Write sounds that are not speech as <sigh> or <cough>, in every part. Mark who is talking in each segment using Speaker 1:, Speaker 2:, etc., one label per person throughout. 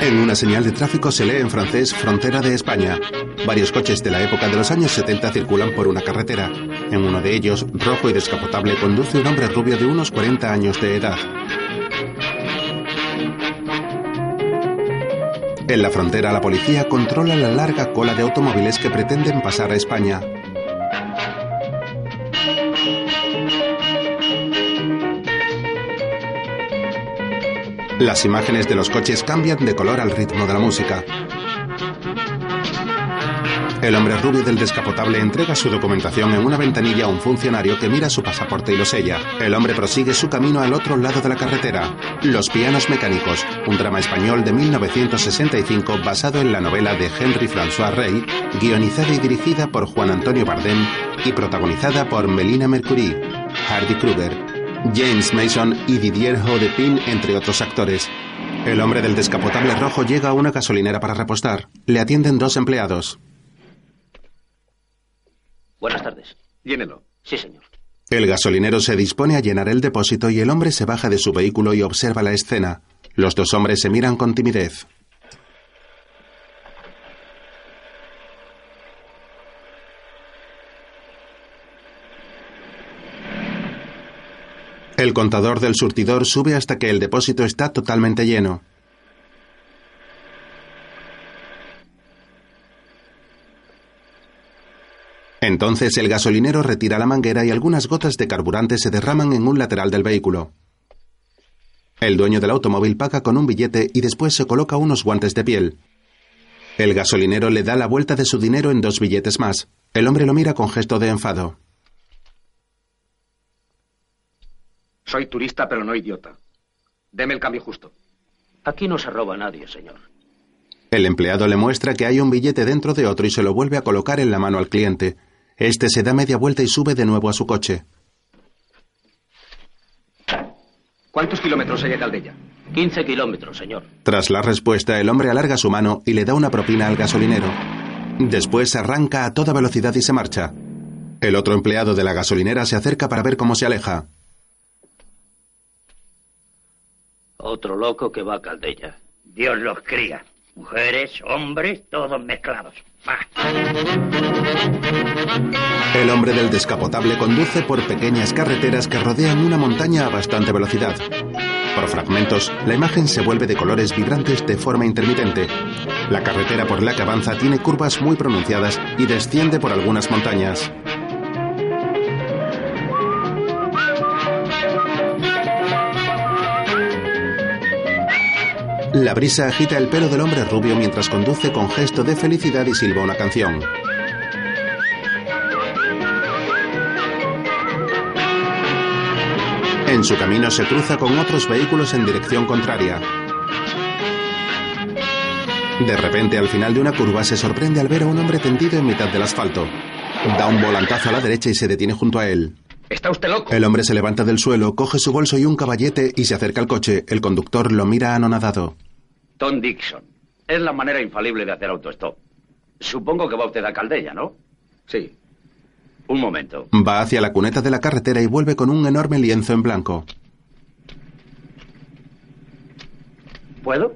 Speaker 1: En una señal de tráfico se lee en francés Frontera de España. Varios coches de la época de los años 70 circulan por una carretera. En uno de ellos, rojo y descapotable, conduce un hombre rubio de unos 40 años de edad. En la frontera la policía controla la larga cola de automóviles que pretenden pasar a España. Las imágenes de los coches cambian de color al ritmo de la música. El hombre rubio del descapotable entrega su documentación en una ventanilla a un funcionario que mira su pasaporte y lo sella. El hombre prosigue su camino al otro lado de la carretera. Los pianos mecánicos, un drama español de 1965 basado en la novela de Henry François Rey, guionizada y dirigida por Juan Antonio Bardem y protagonizada por Melina Mercury, Hardy Kruger, James Mason y Didier Hodepin, entre otros actores. El hombre del descapotable rojo llega a una gasolinera para repostar. Le atienden dos empleados.
Speaker 2: Buenas tardes.
Speaker 3: Llénelo.
Speaker 2: Sí, señor.
Speaker 1: El gasolinero se dispone a llenar el depósito y el hombre se baja de su vehículo y observa la escena. Los dos hombres se miran con timidez. El contador del surtidor sube hasta que el depósito está totalmente lleno. Entonces el gasolinero retira la manguera y algunas gotas de carburante se derraman en un lateral del vehículo. El dueño del automóvil paga con un billete y después se coloca unos guantes de piel. El gasolinero le da la vuelta de su dinero en dos billetes más. El hombre lo mira con gesto de enfado.
Speaker 3: Soy turista, pero no idiota. Deme el cambio justo.
Speaker 2: Aquí no se roba nadie, señor.
Speaker 1: El empleado le muestra que hay un billete dentro de otro y se lo vuelve a colocar en la mano al cliente. Este se da media vuelta y sube de nuevo a su coche.
Speaker 3: ¿Cuántos kilómetros hay a Caldeya?
Speaker 2: 15 kilómetros, señor.
Speaker 1: Tras la respuesta, el hombre alarga su mano y le da una propina al gasolinero. Después arranca a toda velocidad y se marcha. El otro empleado de la gasolinera se acerca para ver cómo se aleja.
Speaker 2: Otro loco que va a Caldella.
Speaker 4: Dios los cría. Mujeres, hombres, todos mezclados. ¡Bah!
Speaker 1: El hombre del descapotable conduce por pequeñas carreteras que rodean una montaña a bastante velocidad. Por fragmentos, la imagen se vuelve de colores vibrantes de forma intermitente. La carretera por la que avanza tiene curvas muy pronunciadas y desciende por algunas montañas. La brisa agita el pelo del hombre rubio mientras conduce con gesto de felicidad y silba una canción. En su camino se cruza con otros vehículos en dirección contraria. De repente, al final de una curva, se sorprende al ver a un hombre tendido en mitad del asfalto. Da un volantazo a la derecha y se detiene junto a él.
Speaker 3: ¿Está usted loco?
Speaker 1: El hombre se levanta del suelo, coge su bolso y un caballete y se acerca al coche. El conductor lo mira anonadado.
Speaker 3: Tom Dixon. Es la manera infalible de hacer autostop. Supongo que va usted a Caldella, ¿no? Sí. Un momento.
Speaker 1: Va hacia la cuneta de la carretera y vuelve con un enorme lienzo en blanco.
Speaker 3: ¿Puedo?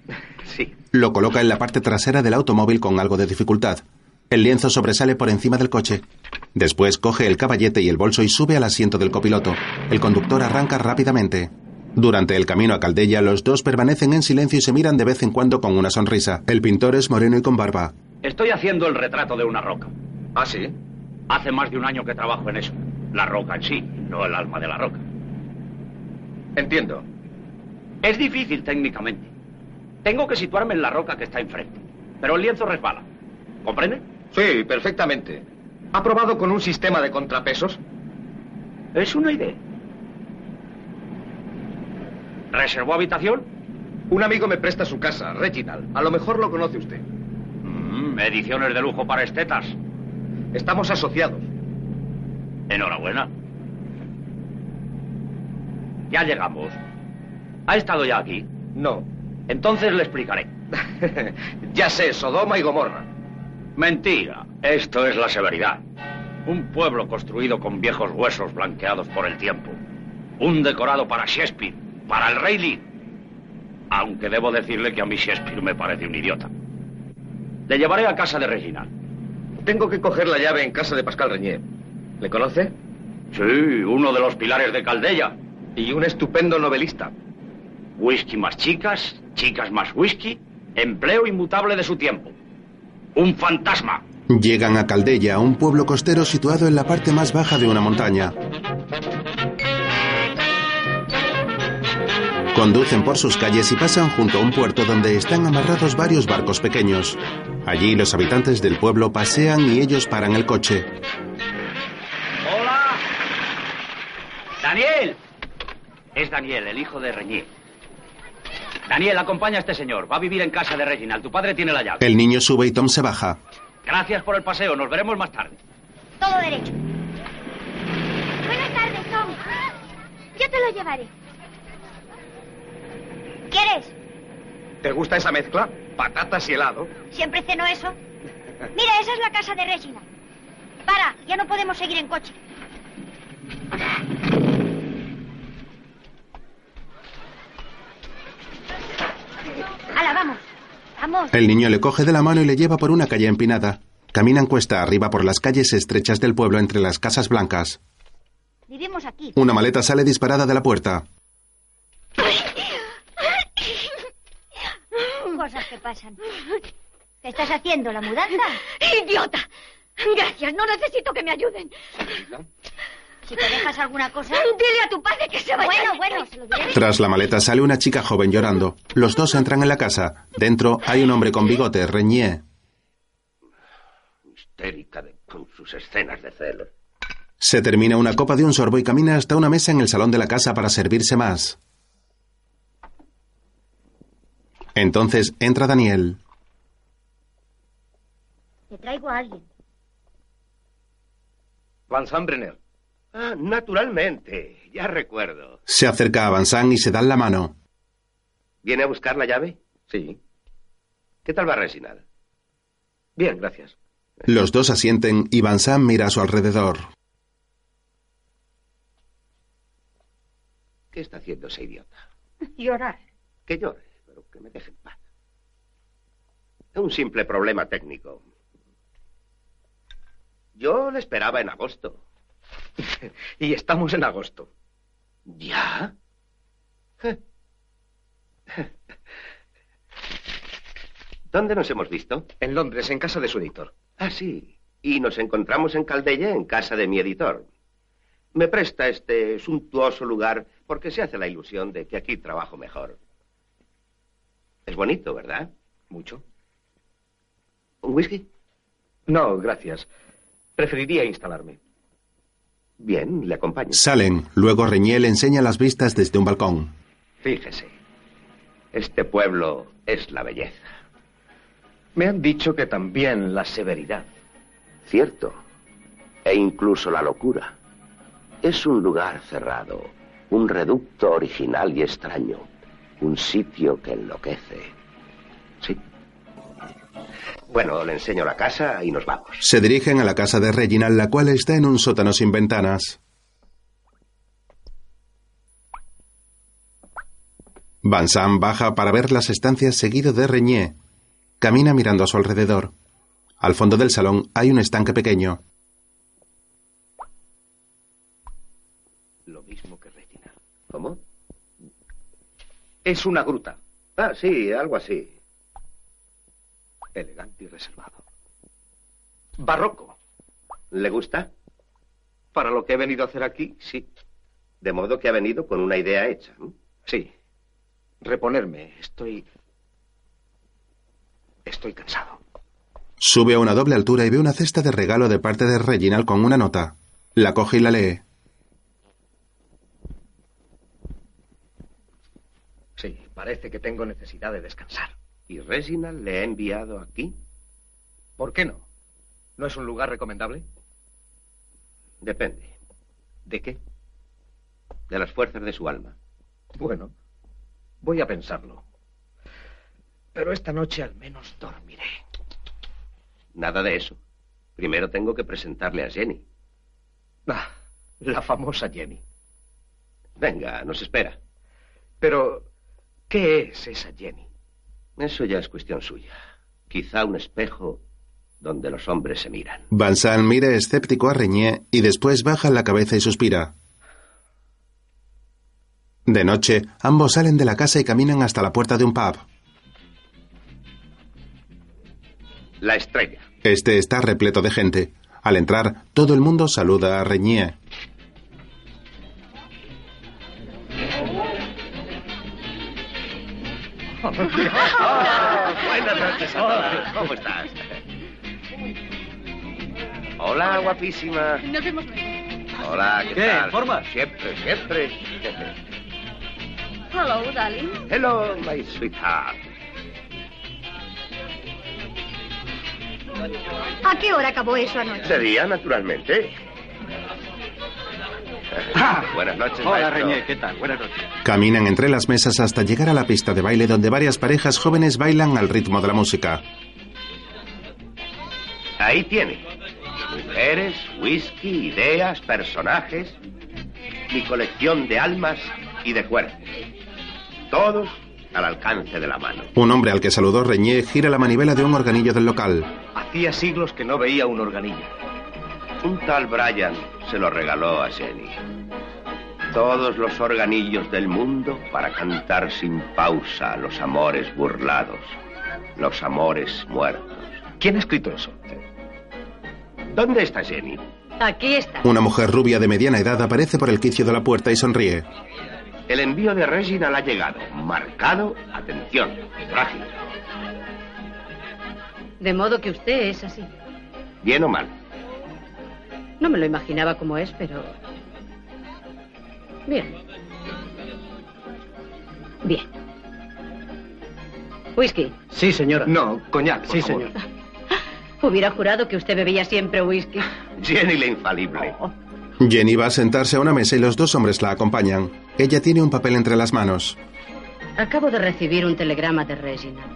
Speaker 3: <laughs> sí.
Speaker 1: Lo coloca en la parte trasera del automóvil con algo de dificultad. El lienzo sobresale por encima del coche. Después coge el caballete y el bolso y sube al asiento del copiloto. El conductor arranca rápidamente. Durante el camino a Caldella, los dos permanecen en silencio y se miran de vez en cuando con una sonrisa. El pintor es moreno y con barba.
Speaker 3: Estoy haciendo el retrato de una roca.
Speaker 4: ¿Ah, sí?
Speaker 3: Hace más de un año que trabajo en eso. La roca en sí, no el alma de la roca.
Speaker 4: Entiendo.
Speaker 3: Es difícil técnicamente. Tengo que situarme en la roca que está enfrente. Pero el lienzo resbala. ¿Comprende?
Speaker 4: Sí, perfectamente. ¿Ha probado con un sistema de contrapesos?
Speaker 3: Es una idea. ¿Reservó habitación?
Speaker 4: Un amigo me presta su casa, Reginald. A lo mejor lo conoce usted.
Speaker 3: Mm, ediciones de lujo para estetas.
Speaker 4: Estamos asociados.
Speaker 3: Enhorabuena. Ya llegamos. ¿Ha estado ya aquí?
Speaker 4: No.
Speaker 3: Entonces le explicaré.
Speaker 4: <laughs> ya sé, Sodoma y Gomorra.
Speaker 3: Mentira. Esto es la severidad. Un pueblo construido con viejos huesos blanqueados por el tiempo. Un decorado para Shakespeare. para el Rey Lee. Aunque debo decirle que a mí Shakespeare me parece un idiota. Le llevaré a casa de Regina.
Speaker 5: Tengo que coger la llave en casa de Pascal Reñé. ¿Le conoce?
Speaker 3: Sí, uno de los pilares de Caldeya.
Speaker 5: Y un estupendo novelista.
Speaker 3: Whisky más chicas, chicas más whisky, empleo inmutable de su tiempo. Un fantasma.
Speaker 1: Llegan a Caldella, un pueblo costero situado en la parte más baja de una montaña. Conducen por sus calles y pasan junto a un puerto donde están amarrados varios barcos pequeños. Allí los habitantes del pueblo pasean y ellos paran el coche.
Speaker 3: Hola. Daniel. Es Daniel, el hijo de Reñé. Daniel, acompaña a este señor. Va a vivir en casa de Reginald. Tu padre tiene la llave.
Speaker 1: El niño sube y Tom se baja.
Speaker 3: Gracias por el paseo. Nos veremos más tarde.
Speaker 6: Todo derecho. Buenas tardes, Tom. Yo te lo llevaré. ¿Quieres?
Speaker 5: ¿Te gusta esa mezcla? Patatas y helado.
Speaker 6: Siempre ceno eso. Mira, esa es la casa de Regina. Para, ya no podemos seguir en coche. Ala, vamos. Vamos.
Speaker 1: El niño le coge de la mano y le lleva por una calle empinada. Caminan cuesta arriba por las calles estrechas del pueblo entre las casas blancas.
Speaker 6: Vivimos aquí.
Speaker 1: Una maleta sale disparada de la puerta.
Speaker 6: Cosas que pasan. ¿Qué estás haciendo? ¿La mudanza?
Speaker 7: ¡Idiota! Gracias, no necesito que me ayuden.
Speaker 6: Si te dejas alguna cosa.
Speaker 7: Dile a tu padre que se vaya.
Speaker 6: Bueno, bueno, se lo diré.
Speaker 1: Tras la maleta sale una chica joven llorando. Los dos entran en la casa. Dentro hay un hombre con bigote, reñé.
Speaker 2: Histérica de- con sus escenas de celo.
Speaker 1: Se termina una copa de un sorbo y camina hasta una mesa en el salón de la casa para servirse más. Entonces entra Daniel.
Speaker 6: Te traigo a alguien.
Speaker 5: Van Sambrenner.
Speaker 4: Ah, naturalmente. Ya recuerdo.
Speaker 1: Se acerca a Vansan y se dan la mano.
Speaker 4: ¿Viene a buscar la llave?
Speaker 5: Sí.
Speaker 4: ¿Qué tal va Resinal?
Speaker 5: Bien, gracias.
Speaker 1: Los dos asienten y Vansan mira a su alrededor.
Speaker 4: ¿Qué está haciendo ese idiota?
Speaker 6: Llorar.
Speaker 4: Que llore, pero que me deje en paz. Es un simple problema técnico. Yo le esperaba en agosto.
Speaker 5: <laughs> Y estamos en agosto.
Speaker 4: ¿Ya? ¿Dónde nos hemos visto?
Speaker 5: En Londres, en casa de su editor.
Speaker 4: Ah, sí. Y nos encontramos en Caldella, en casa de mi editor. Me presta este suntuoso lugar porque se hace la ilusión de que aquí trabajo mejor. Es bonito, ¿verdad?
Speaker 5: ¿Mucho?
Speaker 4: ¿Un whisky?
Speaker 5: No, gracias. Preferiría instalarme.
Speaker 4: Bien, le acompaño.
Speaker 1: Salen, luego Reñé le enseña las vistas desde un balcón.
Speaker 4: Fíjese, este pueblo es la belleza.
Speaker 5: Me han dicho que también la severidad.
Speaker 4: Cierto. E incluso la locura. Es un lugar cerrado, un reducto original y extraño, un sitio que enloquece. Sí. Bueno, le enseño la casa y nos vamos.
Speaker 1: Se dirigen a la casa de Reginald, la cual está en un sótano sin ventanas. Vansan baja para ver las estancias seguido de Reñé. Camina mirando a su alrededor. Al fondo del salón hay un estanque pequeño.
Speaker 5: Lo mismo que Reginald.
Speaker 4: ¿Cómo?
Speaker 5: Es una gruta.
Speaker 4: Ah, sí, algo así.
Speaker 5: Elegante y reservado. Barroco.
Speaker 4: ¿Le gusta?
Speaker 5: Para lo que he venido a hacer aquí, sí.
Speaker 4: De modo que ha venido con una idea hecha. ¿eh?
Speaker 5: Sí. Reponerme. Estoy... Estoy cansado.
Speaker 1: Sube a una doble altura y ve una cesta de regalo de parte de Reginald con una nota. La coge y la lee.
Speaker 5: Sí, parece que tengo necesidad de descansar.
Speaker 4: ¿Y Reginald le ha enviado aquí?
Speaker 5: ¿Por qué no? ¿No es un lugar recomendable?
Speaker 4: Depende. ¿De qué? De las fuerzas de su alma.
Speaker 5: Bueno, voy a pensarlo. Pero esta noche al menos dormiré.
Speaker 4: Nada de eso. Primero tengo que presentarle a Jenny.
Speaker 5: Ah, la famosa Jenny.
Speaker 4: Venga, nos espera.
Speaker 5: Pero, ¿qué es esa Jenny?
Speaker 4: Eso ya es cuestión suya. Quizá un espejo donde los hombres se miran.
Speaker 1: Bansan mira escéptico a Reñé y después baja la cabeza y suspira. De noche, ambos salen de la casa y caminan hasta la puerta de un pub.
Speaker 5: <laughs>
Speaker 4: La estrella.
Speaker 1: Este está repleto de gente. Al entrar, todo el mundo saluda a Reñé.
Speaker 4: Buenas noches a todas. ¿Cómo estás? Hola, guapísima.
Speaker 7: Nos vemos luego.
Speaker 4: Hola, ¿qué,
Speaker 3: ¿Qué?
Speaker 4: tal?
Speaker 3: ¿En forma?
Speaker 4: Siempre, siempre.
Speaker 7: Hello, darling.
Speaker 4: Hello, my sweetheart.
Speaker 7: ¿A qué hora acabó eso anoche?
Speaker 4: Sería, naturalmente. Buenas noches,
Speaker 3: Hola,
Speaker 4: maestro.
Speaker 3: Reñé, ¿qué tal? Buenas noches.
Speaker 1: Caminan entre las mesas hasta llegar a la pista de baile donde varias parejas jóvenes bailan al ritmo de la música.
Speaker 4: Ahí tiene. Mujeres, whisky, ideas, personajes. Mi colección de almas y de cuerpos. Todos al alcance de la mano.
Speaker 1: Un hombre al que saludó Reñé gira la manivela de un organillo del local.
Speaker 3: Hacía siglos que no veía un organillo.
Speaker 4: Un tal Brian se lo regaló a Jenny. Todos los organillos del mundo para cantar sin pausa los amores burlados, los amores muertos.
Speaker 5: ¿Quién ha escrito eso?
Speaker 4: ¿Dónde está Jenny?
Speaker 7: Aquí está.
Speaker 1: Una mujer rubia de mediana edad aparece por el quicio de la puerta y sonríe.
Speaker 4: El envío de Reginald ha llegado, marcado, atención, frágil.
Speaker 8: De modo que usted es así.
Speaker 4: Bien o mal.
Speaker 8: No me lo imaginaba como es, pero... Bien. Bien. Whisky.
Speaker 5: Sí, señora.
Speaker 3: No,
Speaker 4: Ah,
Speaker 3: coñac,
Speaker 5: sí, señor.
Speaker 8: Hubiera jurado que usted bebía siempre whisky.
Speaker 4: Jenny la infalible.
Speaker 1: Jenny va a sentarse a una mesa y los dos hombres la acompañan. Ella tiene un papel entre las manos.
Speaker 8: Acabo de recibir un telegrama de Reginald.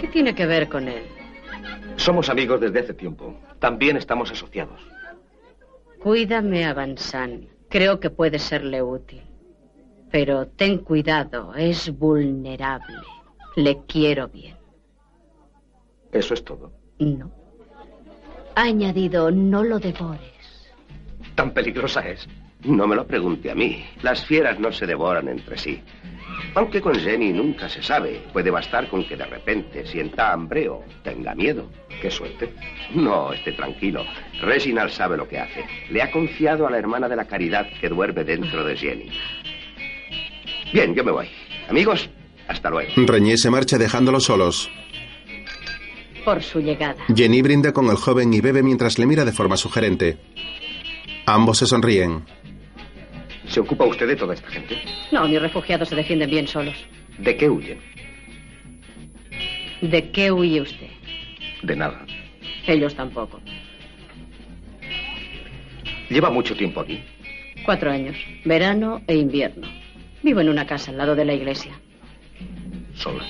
Speaker 8: ¿Qué tiene que ver con él?
Speaker 3: Somos amigos desde hace tiempo. También estamos asociados.
Speaker 8: Cuídame a Van San. Creo que puede serle útil. Pero ten cuidado, es vulnerable. Le quiero bien.
Speaker 3: Eso es todo.
Speaker 8: No. Ha añadido, no lo devores.
Speaker 3: Tan peligrosa es.
Speaker 4: No me lo pregunte a mí. Las fieras no se devoran entre sí. Aunque con Jenny nunca se sabe. Puede bastar con que de repente sienta hambreo, tenga miedo.
Speaker 3: Qué suerte.
Speaker 4: No, esté tranquilo. Reginald sabe lo que hace. Le ha confiado a la hermana de la caridad que duerme dentro de Jenny. Bien, yo me voy. Amigos, hasta luego.
Speaker 1: Reñé se marcha dejándolos solos.
Speaker 8: Por su llegada.
Speaker 1: Jenny brinda con el joven y bebe mientras le mira de forma sugerente. Ambos se sonríen.
Speaker 3: ¿Se ocupa usted de toda esta gente?
Speaker 8: No, mis refugiados se defienden bien solos.
Speaker 3: ¿De qué huyen?
Speaker 8: ¿De qué huye usted?
Speaker 3: De nada.
Speaker 8: Ellos tampoco.
Speaker 3: Lleva mucho tiempo aquí.
Speaker 8: Cuatro años, verano e invierno. Vivo en una casa al lado de la iglesia.
Speaker 3: Sola.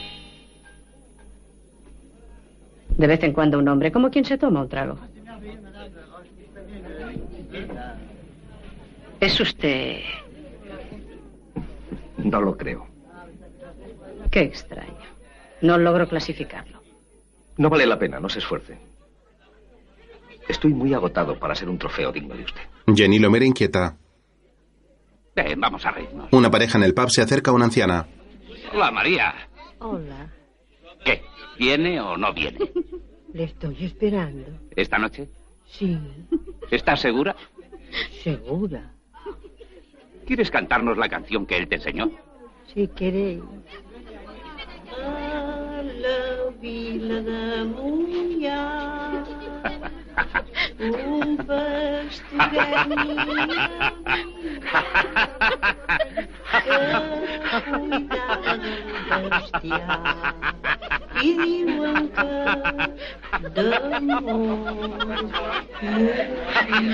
Speaker 8: De vez en cuando un hombre, como quien se toma un trago. ¿Es usted...
Speaker 3: No lo creo.
Speaker 8: Qué extraño. No logro clasificarlo.
Speaker 3: No vale la pena, no se esfuerce. Estoy muy agotado para ser un trofeo digno de usted.
Speaker 1: Jenny lo mira inquieta.
Speaker 2: Ven, vamos a reírnos.
Speaker 1: Una pareja en el pub se acerca a una anciana.
Speaker 2: Hola, María.
Speaker 8: Hola,
Speaker 2: ¿Qué? ¿Viene o no viene?
Speaker 8: le estoy esperando.
Speaker 2: ¿Esta noche?
Speaker 8: Sí,
Speaker 2: ¿Estás segura?
Speaker 8: segura.
Speaker 2: ¿Quieres cantarnos la canción que él te enseñó?
Speaker 8: Si queréis.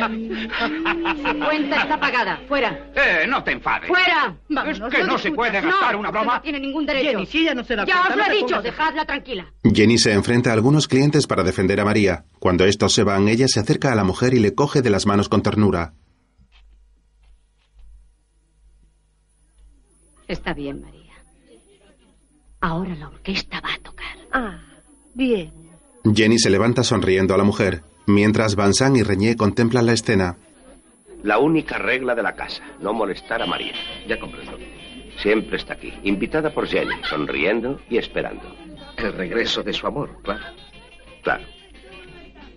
Speaker 8: Su cuenta está pagada. Fuera.
Speaker 2: <laughs> ¡Eh, no te enfades!
Speaker 8: ¡Fuera! Vámonos,
Speaker 2: Es que no se
Speaker 8: discutas.
Speaker 2: puede gastar una broma.
Speaker 8: usted No tiene ningún derecho.
Speaker 5: ella no se
Speaker 8: ya os lo he dicho, dejadla tranquila.
Speaker 1: Jenny se enfrenta a algunos clientes para defender a María. Cuando estos se van, ella se acerca a la mujer y le coge de las manos con ternura.
Speaker 8: Está bien, María. Ahora la orquesta va a tocar.
Speaker 7: Ah, bien.
Speaker 1: Jenny se levanta sonriendo a la mujer, mientras Vincent y Reñé contemplan la escena.
Speaker 4: La única regla de la casa, no molestar a María.
Speaker 3: Ya comprendo.
Speaker 4: Siempre está aquí, invitada por Jenny, sonriendo y esperando.
Speaker 3: El regreso de su amor, claro.
Speaker 4: Claro.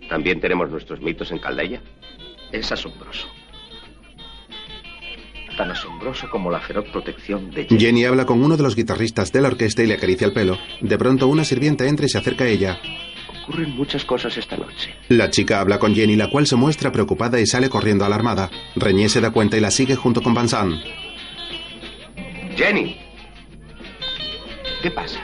Speaker 4: También tenemos nuestros mitos en Caldeya.
Speaker 3: Es asombroso. Tan asombroso como la feroz protección de Jenny.
Speaker 1: Jenny habla con uno de los guitarristas de la orquesta y le acaricia el pelo. De pronto una sirvienta entra y se acerca a ella.
Speaker 4: Ocurren muchas cosas esta noche.
Speaker 1: La chica habla con Jenny, la cual se muestra preocupada y sale corriendo alarmada. Reñé se da cuenta y la sigue junto con Vincent.
Speaker 4: Jenny. ¿Qué pasa?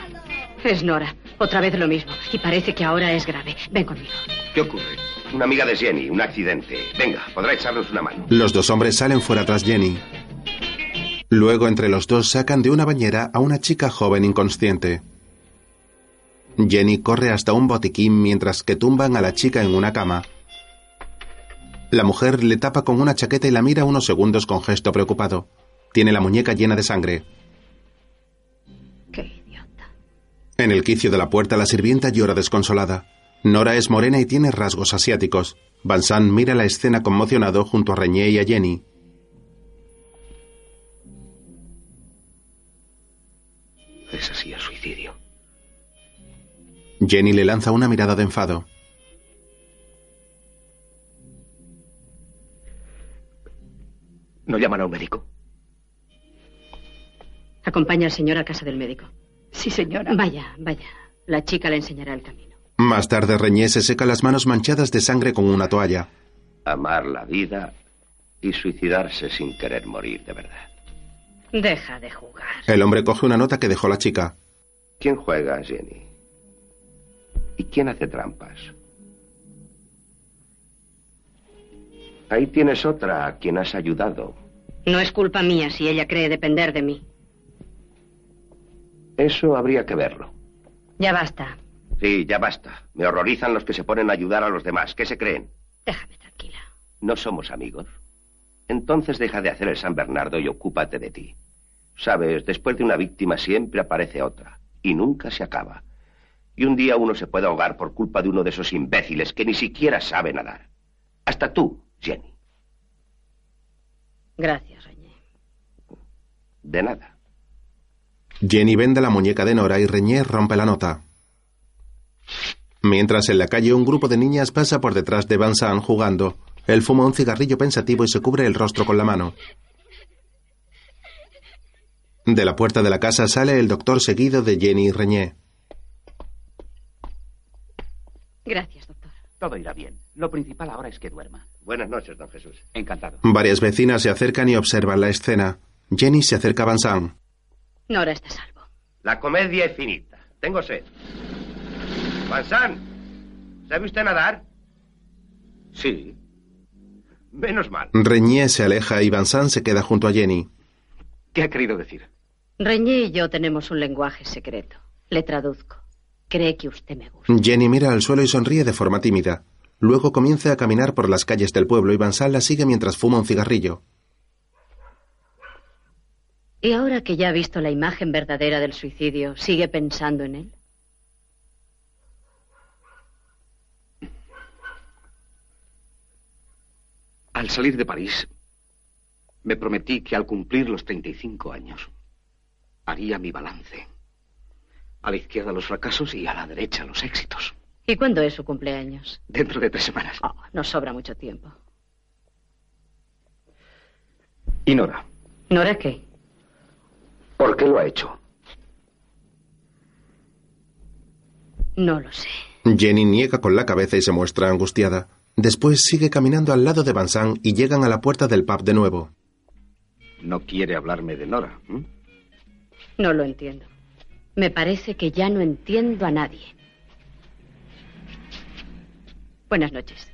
Speaker 8: Es Nora. Otra vez lo mismo. Y parece que ahora es grave. Ven conmigo.
Speaker 3: ¿Qué ocurre?
Speaker 4: Una amiga de Jenny, un accidente. Venga, podrá echarnos una mano.
Speaker 1: Los dos hombres salen fuera tras Jenny. Luego entre los dos sacan de una bañera a una chica joven inconsciente. Jenny corre hasta un botiquín mientras que tumban a la chica en una cama. La mujer le tapa con una chaqueta y la mira unos segundos con gesto preocupado. Tiene la muñeca llena de sangre.
Speaker 8: Qué idiota.
Speaker 1: En el quicio de la puerta la sirvienta llora desconsolada. Nora es morena y tiene rasgos asiáticos. Vincent mira la escena conmocionado junto a Reñé y a Jenny.
Speaker 3: Es así el suicidio.
Speaker 1: Jenny le lanza una mirada de enfado.
Speaker 3: ¿No llaman a un médico?
Speaker 8: Acompaña al señor a casa del médico.
Speaker 9: Sí, señora.
Speaker 8: Vaya, vaya. La chica le enseñará el camino.
Speaker 1: Más tarde Reñé se seca las manos manchadas de sangre con una toalla.
Speaker 4: Amar la vida y suicidarse sin querer morir de verdad.
Speaker 8: Deja de jugar.
Speaker 1: El hombre coge una nota que dejó la chica.
Speaker 4: ¿Quién juega, Jenny? ¿Y quién hace trampas? Ahí tienes otra a quien has ayudado.
Speaker 8: No es culpa mía si ella cree depender de mí.
Speaker 4: Eso habría que verlo.
Speaker 8: Ya basta.
Speaker 4: Sí, ya basta. Me horrorizan los que se ponen a ayudar a los demás. ¿Qué se creen?
Speaker 8: Déjame tranquila.
Speaker 4: ¿No somos amigos? Entonces deja de hacer el San Bernardo y ocúpate de ti. Sabes, después de una víctima siempre aparece otra. Y nunca se acaba. Y un día uno se puede ahogar por culpa de uno de esos imbéciles que ni siquiera sabe nadar. Hasta tú, Jenny.
Speaker 8: Gracias, Reñé.
Speaker 4: De nada.
Speaker 1: Jenny vende la muñeca de Nora y Reñé rompe la nota. Mientras en la calle un grupo de niñas pasa por detrás de Van Zandt jugando. Él fuma un cigarrillo pensativo y se cubre el rostro con la mano. De la puerta de la casa sale el doctor seguido de Jenny y Reñé.
Speaker 8: Gracias, doctor.
Speaker 2: Todo irá bien. Lo principal ahora es que duerma.
Speaker 4: Buenas noches, don Jesús.
Speaker 2: Encantado.
Speaker 1: Varias vecinas se acercan y observan la escena. Jenny se acerca a Van Zandt.
Speaker 8: Nora está a salvo.
Speaker 4: La comedia es finita. Tengo sed. Pansan, ¿sabe usted nadar?
Speaker 3: Sí.
Speaker 4: Menos mal.
Speaker 1: Reñé se aleja y Vincent se queda junto a Jenny.
Speaker 3: ¿Qué ha querido decir?
Speaker 8: Reñé y yo tenemos un lenguaje secreto. Le traduzco. Cree que usted me gusta.
Speaker 1: Jenny mira al suelo y sonríe de forma tímida. Luego comienza a caminar por las calles del pueblo y Vincent la sigue mientras fuma un cigarrillo.
Speaker 8: ¿Y ahora que ya ha visto la imagen verdadera del suicidio, sigue pensando en él?
Speaker 3: Al salir de París, me prometí que al cumplir los 35 años, haría mi balance. A la izquierda los fracasos y a la derecha los éxitos.
Speaker 8: ¿Y cuándo es su cumpleaños?
Speaker 3: Dentro de tres semanas.
Speaker 8: Oh, no sobra mucho tiempo.
Speaker 3: ¿Y Nora?
Speaker 8: ¿Nora qué?
Speaker 3: ¿Por qué lo ha hecho?
Speaker 8: No lo sé.
Speaker 1: Jenny niega con la cabeza y se muestra angustiada. Después sigue caminando al lado de Vincent y llegan a la puerta del pub de nuevo.
Speaker 3: No quiere hablarme de Nora. ¿eh?
Speaker 8: No lo entiendo. Me parece que ya no entiendo a nadie. Buenas noches.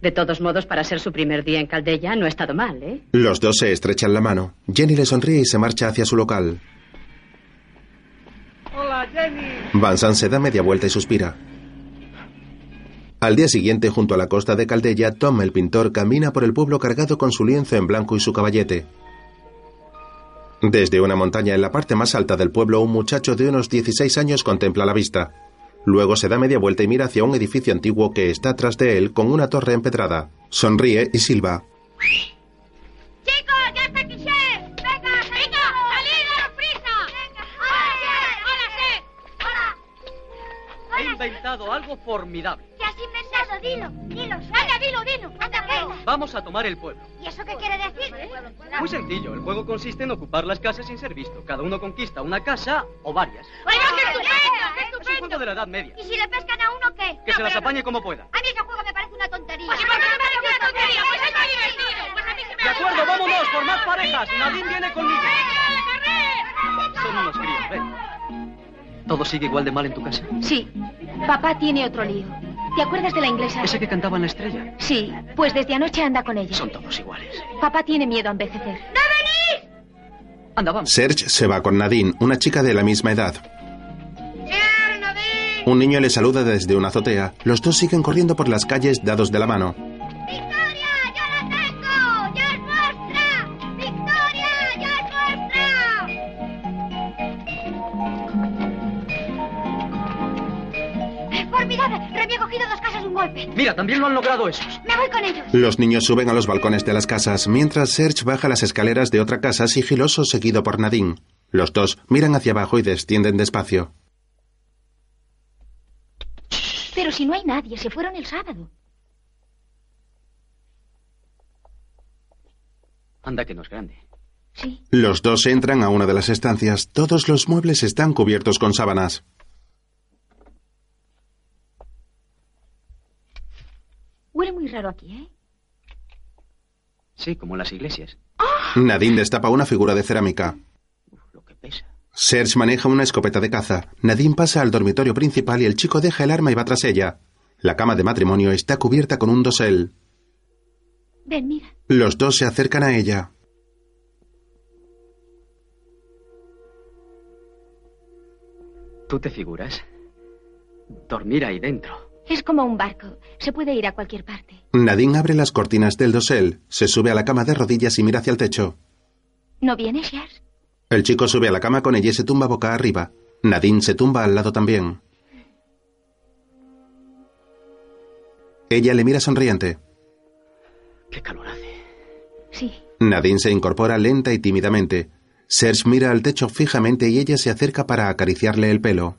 Speaker 8: De todos modos, para ser su primer día en Caldeya, no ha estado mal, ¿eh?
Speaker 1: Los dos se estrechan la mano. Jenny le sonríe y se marcha hacia su local.
Speaker 9: Hola, Jenny.
Speaker 1: Vincent se da media vuelta y suspira. Al día siguiente, junto a la costa de Caldeya, Tom el pintor camina por el pueblo cargado con su lienzo en blanco y su caballete. Desde una montaña en la parte más alta del pueblo, un muchacho de unos 16 años contempla la vista. Luego se da media vuelta y mira hacia un edificio antiguo que está tras de él con una torre empedrada. Sonríe y silba.
Speaker 6: ¡Chicos, ya está Quiché! ¡Venga, venga! ¡Salid a la prisa! ¡Venga! ¡Hola, Seth! ¡Hola,
Speaker 10: He inventado algo formidable.
Speaker 6: ¿Qué has inventado? Dilo, dilo. Anda, dilo, dilo. Anda, venga.
Speaker 10: Vamos a tomar el pueblo.
Speaker 6: ¿Y eso qué quiere decir?
Speaker 10: Muy sencillo, el juego consiste en ocupar las casas sin ser visto. Cada uno conquista una casa o varias.
Speaker 6: Bueno, qué estupendo, qué
Speaker 10: Es un juego
Speaker 6: estupendo.
Speaker 10: de la Edad Media.
Speaker 6: ¿Y si le pescan a uno qué?
Speaker 10: Que se las apañe como pueda.
Speaker 6: A mí ese juego me parece una tontería.
Speaker 7: Pues, ¿y por qué me parece una tontería? Pues es muy divertido. Pues a mí sí me
Speaker 10: De acuerdo, vámonos, formad parejas. Nadine viene conmigo. Son unos críos, ven. ¿Todo sigue igual de mal en tu casa?
Speaker 11: Sí, papá tiene otro lío. ¿Te acuerdas de la inglesa?
Speaker 10: ¿Esa que cantaba en la estrella?
Speaker 11: Sí, pues desde anoche anda con ella.
Speaker 10: Son todos iguales.
Speaker 11: Papá tiene miedo a envejecer.
Speaker 10: Anda, vamos.
Speaker 1: Serge se va con Nadine, una chica de la misma edad. Un niño le saluda desde una azotea. Los dos siguen corriendo por las calles dados de la mano.
Speaker 6: ¡Victoria, yo es vuestra! ¡Es formidable! Remy ha cogido dos casas de un golpe.
Speaker 10: Mira, también lo han logrado esos.
Speaker 6: Me voy con ellos.
Speaker 1: Los niños suben a los balcones de las casas, mientras Serge baja las escaleras de otra casa sigiloso seguido por Nadine. Los dos miran hacia abajo y descienden despacio.
Speaker 11: Pero si no hay nadie, se fueron el sábado.
Speaker 10: Anda, que no es grande.
Speaker 1: Los dos entran a una de las estancias. Todos los muebles están cubiertos con sábanas.
Speaker 11: Huele muy raro aquí, ¿eh?
Speaker 10: Sí, como en las iglesias.
Speaker 1: Nadine destapa una figura de cerámica.
Speaker 10: Que pesa.
Speaker 1: Serge maneja una escopeta de caza. Nadine pasa al dormitorio principal y el chico deja el arma y va tras ella. La cama de matrimonio está cubierta con un dosel.
Speaker 11: Ven, mira.
Speaker 1: Los dos se acercan a ella.
Speaker 10: ¿Tú te figuras? Dormir ahí dentro.
Speaker 11: Es como un barco. Se puede ir a cualquier parte.
Speaker 1: Nadine abre las cortinas del dosel, se sube a la cama de rodillas y mira hacia el techo.
Speaker 11: ¿No vienes, Charles?
Speaker 1: El chico sube a la cama con ella y se tumba boca arriba. Nadine se tumba al lado también. Ella le mira sonriente.
Speaker 10: Qué calor hace.
Speaker 11: Sí.
Speaker 1: Nadine se incorpora lenta y tímidamente. Serge mira al techo fijamente y ella se acerca para acariciarle el pelo.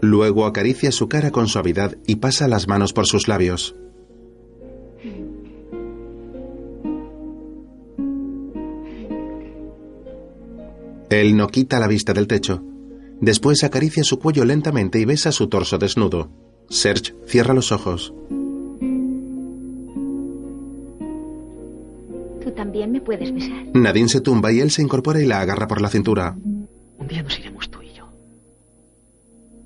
Speaker 1: Luego acaricia su cara con suavidad y pasa las manos por sus labios. Él no quita la vista del techo. Después acaricia su cuello lentamente y besa su torso desnudo. Serge cierra los ojos.
Speaker 11: Tú también me puedes besar.
Speaker 1: Nadine se tumba y él se incorpora y la agarra por la cintura.
Speaker 10: Un día nos iremos tú y yo.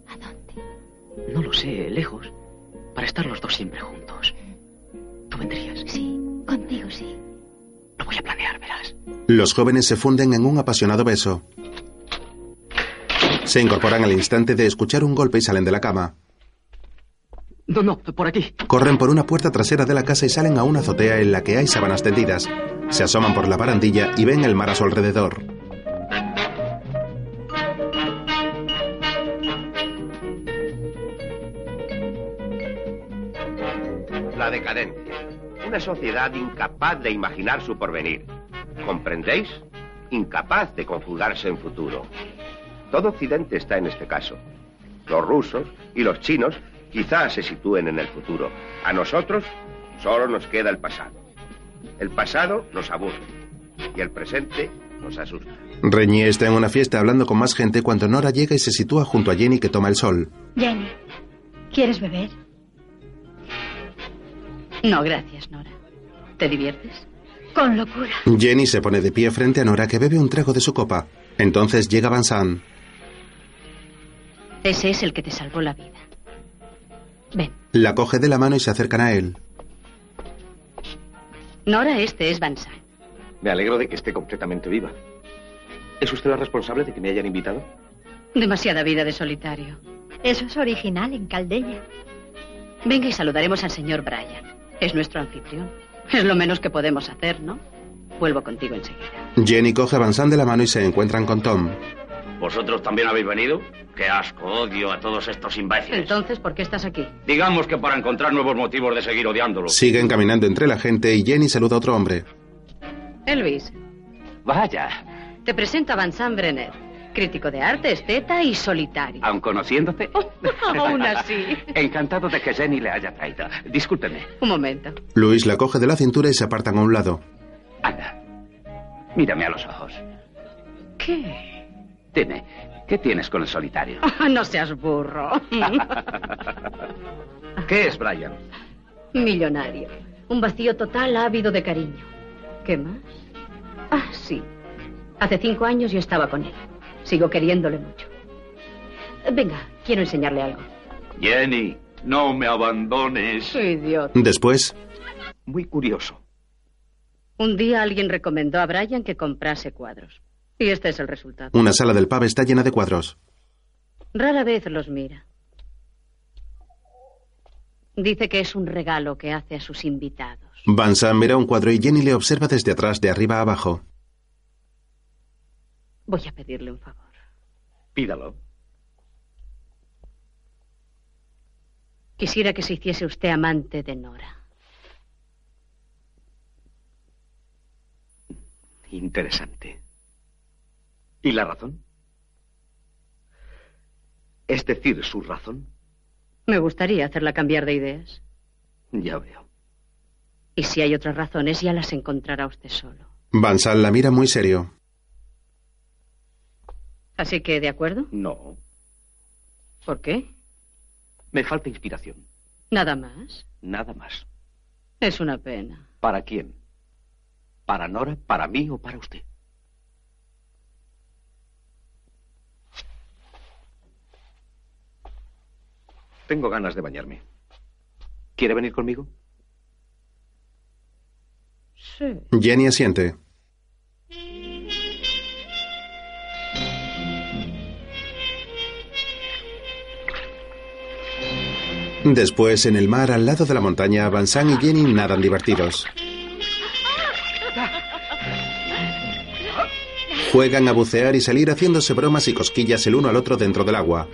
Speaker 10: ¿A dónde? No lo sé, ¿eh? lejos. Para estar los dos siempre juntos. ¿Tú vendrías?
Speaker 11: Sí, contigo sí.
Speaker 10: Lo voy a planear, verás.
Speaker 1: Los jóvenes se funden en un apasionado beso. Se incorporan al instante de escuchar un golpe y salen de la cama.
Speaker 10: No, no, por aquí.
Speaker 1: Corren por una puerta trasera de la casa y salen a una azotea en la que hay sábanas tendidas. Se asoman por la barandilla y ven el mar a su alrededor.
Speaker 4: La decadencia. Una sociedad incapaz de imaginar su porvenir. ¿Comprendéis? Incapaz de conjugarse en futuro. Todo Occidente está en este caso. Los rusos y los chinos quizás se sitúen en el futuro. A nosotros solo nos queda el pasado. El pasado nos aburre y el presente nos asusta.
Speaker 1: Reñé está en una fiesta hablando con más gente cuando Nora llega y se sitúa junto a Jenny que toma el sol.
Speaker 7: Jenny, ¿quieres beber?
Speaker 8: No, gracias, Nora. ¿Te diviertes?
Speaker 7: Con locura.
Speaker 1: Jenny se pone de pie frente a Nora que bebe un trago de su copa. Entonces llega Van Zandt.
Speaker 8: Ese es el que te salvó la vida.
Speaker 1: La coge de la mano y se acercan a él.
Speaker 8: Nora, este es Bansan.
Speaker 12: Me alegro de que esté completamente viva. ¿Es usted la responsable de que me hayan invitado?
Speaker 8: Demasiada vida de solitario.
Speaker 7: Eso es original en Caldeña.
Speaker 8: Venga y saludaremos al señor Bryan. Es nuestro anfitrión. Es lo menos que podemos hacer, ¿no? Vuelvo contigo enseguida.
Speaker 1: Jenny coge a Van San de la mano y se encuentran con Tom.
Speaker 13: ¿Vosotros también habéis venido? Qué asco, odio a todos estos imbéciles.
Speaker 8: Entonces, ¿por qué estás aquí?
Speaker 13: Digamos que para encontrar nuevos motivos de seguir odiándolos.
Speaker 1: Siguen caminando entre la gente y Jenny saluda a otro hombre.
Speaker 8: Elvis,
Speaker 2: Vaya,
Speaker 8: te presento a Van San Brenner, crítico de arte, esteta y solitario.
Speaker 2: aun conociéndote,
Speaker 8: <laughs> Aún así.
Speaker 2: encantado de que Jenny le haya traído. Discúlpeme.
Speaker 8: Un momento.
Speaker 1: Luis la coge de la cintura y se apartan a un lado.
Speaker 2: Mírame a los ojos.
Speaker 8: ¿Qué? <laughs>
Speaker 2: Dime, ¿qué tienes con el solitario?
Speaker 8: No seas burro.
Speaker 5: ¿Qué es Brian?
Speaker 8: Millonario. Un vacío total ávido de cariño. ¿Qué más? Ah, sí. Hace cinco años yo estaba con él. Sigo queriéndole mucho. Venga, quiero enseñarle algo.
Speaker 13: Jenny, no me abandones.
Speaker 8: Idiota.
Speaker 1: Después,
Speaker 13: Muy curioso.
Speaker 8: Un día alguien recomendó a Brian que comprase cuadros. Y este es el resultado.
Speaker 1: una sala del pub está llena de cuadros.
Speaker 8: Rara vez los mira. Dice que es un regalo que hace a sus invitados.
Speaker 1: Van Sam mira un cuadro y Jenny le observa desde atrás, de arriba a abajo.
Speaker 8: Voy a pedirle un favor.
Speaker 13: Pídalo.
Speaker 8: Quisiera que se hiciese usted amante de Nora.
Speaker 3: Interesante.
Speaker 4: ¿Y la razón?
Speaker 3: Es decir, su razón.
Speaker 8: Me gustaría hacerla cambiar de ideas.
Speaker 3: Ya veo.
Speaker 8: Y si hay otras razones, ya las encontrará usted solo.
Speaker 1: Van Sam la mira muy serio.
Speaker 8: Así que, ¿de acuerdo?
Speaker 4: No.
Speaker 8: ¿Por qué?
Speaker 4: Me falta inspiración.
Speaker 8: Nada más.
Speaker 4: Nada más.
Speaker 8: Es una pena.
Speaker 4: ¿Para quién?
Speaker 3: ¿Para Nora, para mí o para usted?
Speaker 4: Tengo ganas de bañarme. ¿Quiere venir conmigo?
Speaker 8: Sí.
Speaker 1: Jenny asiente. Después, en el mar, al lado de la montaña, Van Sam y Jenny nadan divertidos. Juegan a bucear y salir haciéndose bromas y cosquillas el uno al otro dentro del agua.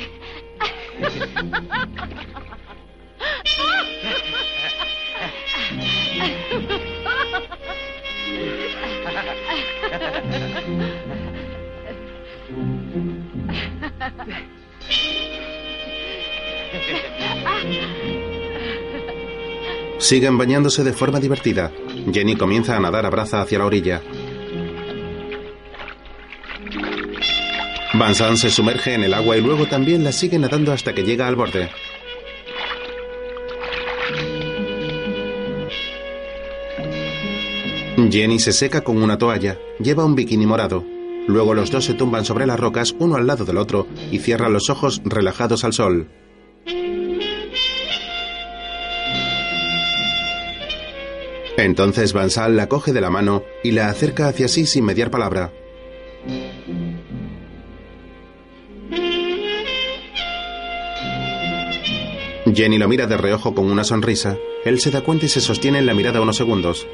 Speaker 1: Siguen bañándose de forma divertida. Jenny comienza a nadar a braza hacia la orilla. Van Zandt se sumerge en el agua y luego también la sigue nadando hasta que llega al borde. Jenny se seca con una toalla, lleva un bikini morado. Luego los dos se tumban sobre las rocas uno al lado del otro y cierran los ojos relajados al sol. Entonces Bansal la coge de la mano y la acerca hacia sí sin mediar palabra. Jenny lo mira de reojo con una sonrisa. Él se da cuenta y se sostiene en la mirada unos segundos.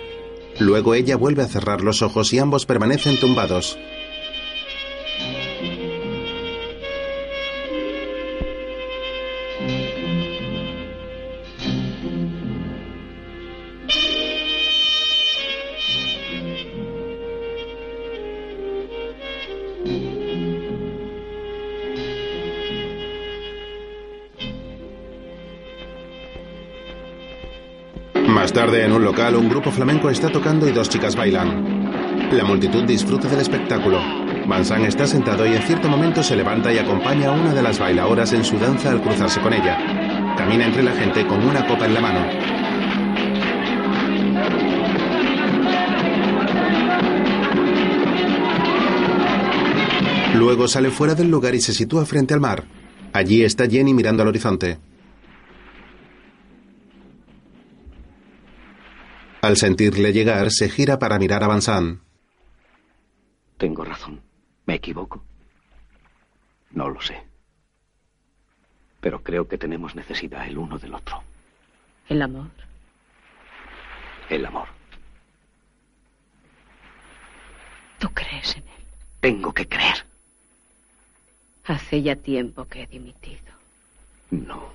Speaker 1: Luego ella vuelve a cerrar los ojos y ambos permanecen tumbados. Más tarde, en un local, un grupo flamenco está tocando y dos chicas bailan. La multitud disfruta del espectáculo. Van Zandt está sentado y en cierto momento se levanta y acompaña a una de las bailadoras en su danza al cruzarse con ella. Camina entre la gente con una copa en la mano. Luego sale fuera del lugar y se sitúa frente al mar. Allí está Jenny mirando al horizonte. Al sentirle llegar, se gira para mirar a Van Zandt.
Speaker 3: Tengo razón. ¿Me equivoco? No lo sé. Pero creo que tenemos necesidad el uno del otro.
Speaker 8: El amor.
Speaker 3: El amor.
Speaker 8: ¿Tú crees en él?
Speaker 3: Tengo que creer.
Speaker 8: Hace ya tiempo que he dimitido.
Speaker 3: No.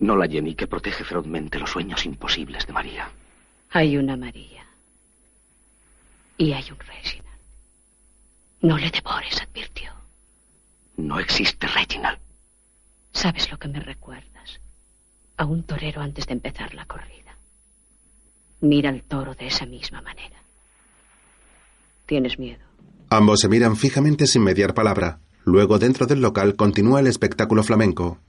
Speaker 3: No la Jenny que protege ferozmente los sueños imposibles de María.
Speaker 8: Hay una María. Y hay un Reginald. No le devores, advirtió.
Speaker 3: No existe Reginald.
Speaker 8: ¿Sabes lo que me recuerdas? A un torero antes de empezar la corrida. Mira al toro de esa misma manera. Tienes miedo.
Speaker 1: Ambos se miran fijamente sin mediar palabra. Luego, dentro del local, continúa el espectáculo flamenco.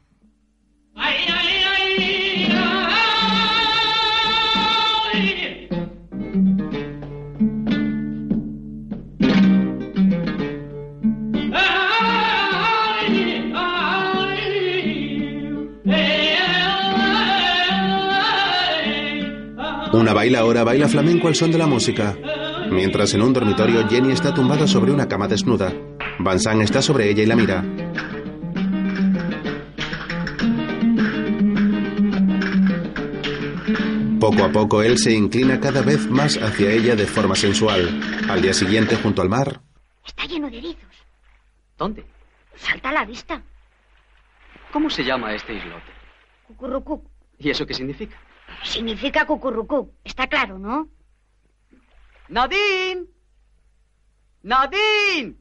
Speaker 1: Una bailaora baila flamenco al son de la música. Mientras en un dormitorio Jenny está tumbada sobre una cama desnuda. Vansan está sobre ella y la mira. Poco a poco él se inclina cada vez más hacia ella de forma sensual. Al día siguiente, junto al mar,
Speaker 6: Está lleno de erizos.
Speaker 10: ¿Dónde?
Speaker 6: Salta a la vista.
Speaker 10: ¿Cómo se llama este islote?
Speaker 6: Cucurrucuc.
Speaker 10: ¿Y eso qué significa?
Speaker 6: Significa cucurrucuc. Está claro, ¿no?
Speaker 10: ¡Nadine! ¡Nadine!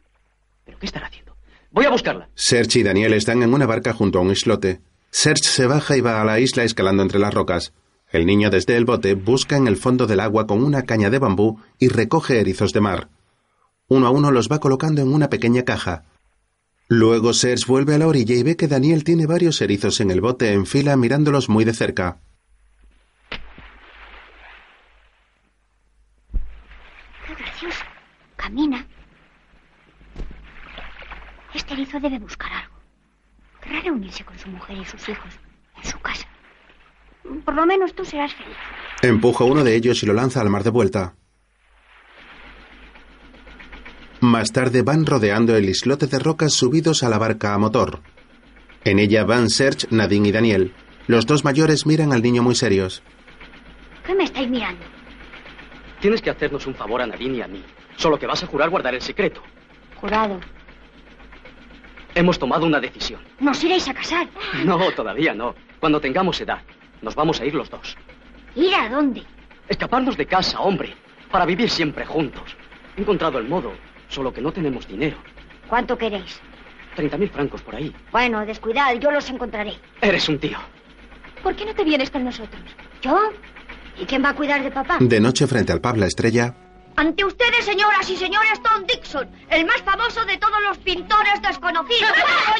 Speaker 10: ¿Pero qué estará haciendo? Voy a buscarla.
Speaker 1: Serge y Daniel están en una barca junto a un islote. Serge se baja y va a la isla escalando entre las rocas. El niño desde el bote busca en el fondo del agua con una caña de bambú y recoge erizos de mar. Uno a uno los va colocando en una pequeña caja. Luego Serge vuelve a la orilla y ve que Daniel tiene varios erizos en el bote en fila mirándolos muy de cerca.
Speaker 6: Qué gracioso. Camina. Este erizo debe buscar algo. Querrá reunirse con su mujer y sus hijos en su casa. Por lo menos tú serás feliz.
Speaker 1: Empuja uno de ellos y lo lanza al mar de vuelta. Más tarde van rodeando el islote de rocas subidos a la barca a motor. En ella van Serge, Nadine y Daniel. Los dos mayores miran al niño muy serios.
Speaker 6: ¿Qué me estáis mirando?
Speaker 10: Tienes que hacernos un favor a Nadine y a mí. Solo que vas a jurar guardar el secreto.
Speaker 6: Jurado.
Speaker 10: Hemos tomado una decisión.
Speaker 6: Nos iréis a casar.
Speaker 10: No, todavía no. Cuando tengamos edad, nos vamos a ir los dos.
Speaker 6: ¿Ir a dónde?
Speaker 10: Escaparnos de casa, hombre. Para vivir siempre juntos. He encontrado el modo, solo que no tenemos dinero.
Speaker 6: ¿Cuánto queréis?
Speaker 10: 30.000 francos por ahí.
Speaker 6: Bueno, descuidad, yo los encontraré.
Speaker 10: Eres un tío.
Speaker 11: ¿Por qué no te vienes con nosotros?
Speaker 6: ¿Yo? ¿Y quién va a cuidar de papá?
Speaker 1: De noche frente al pub La Estrella,
Speaker 6: Ante ustedes, señoras y señores, Tom Dixon, el más famoso de todos los pintores desconocidos. <laughs>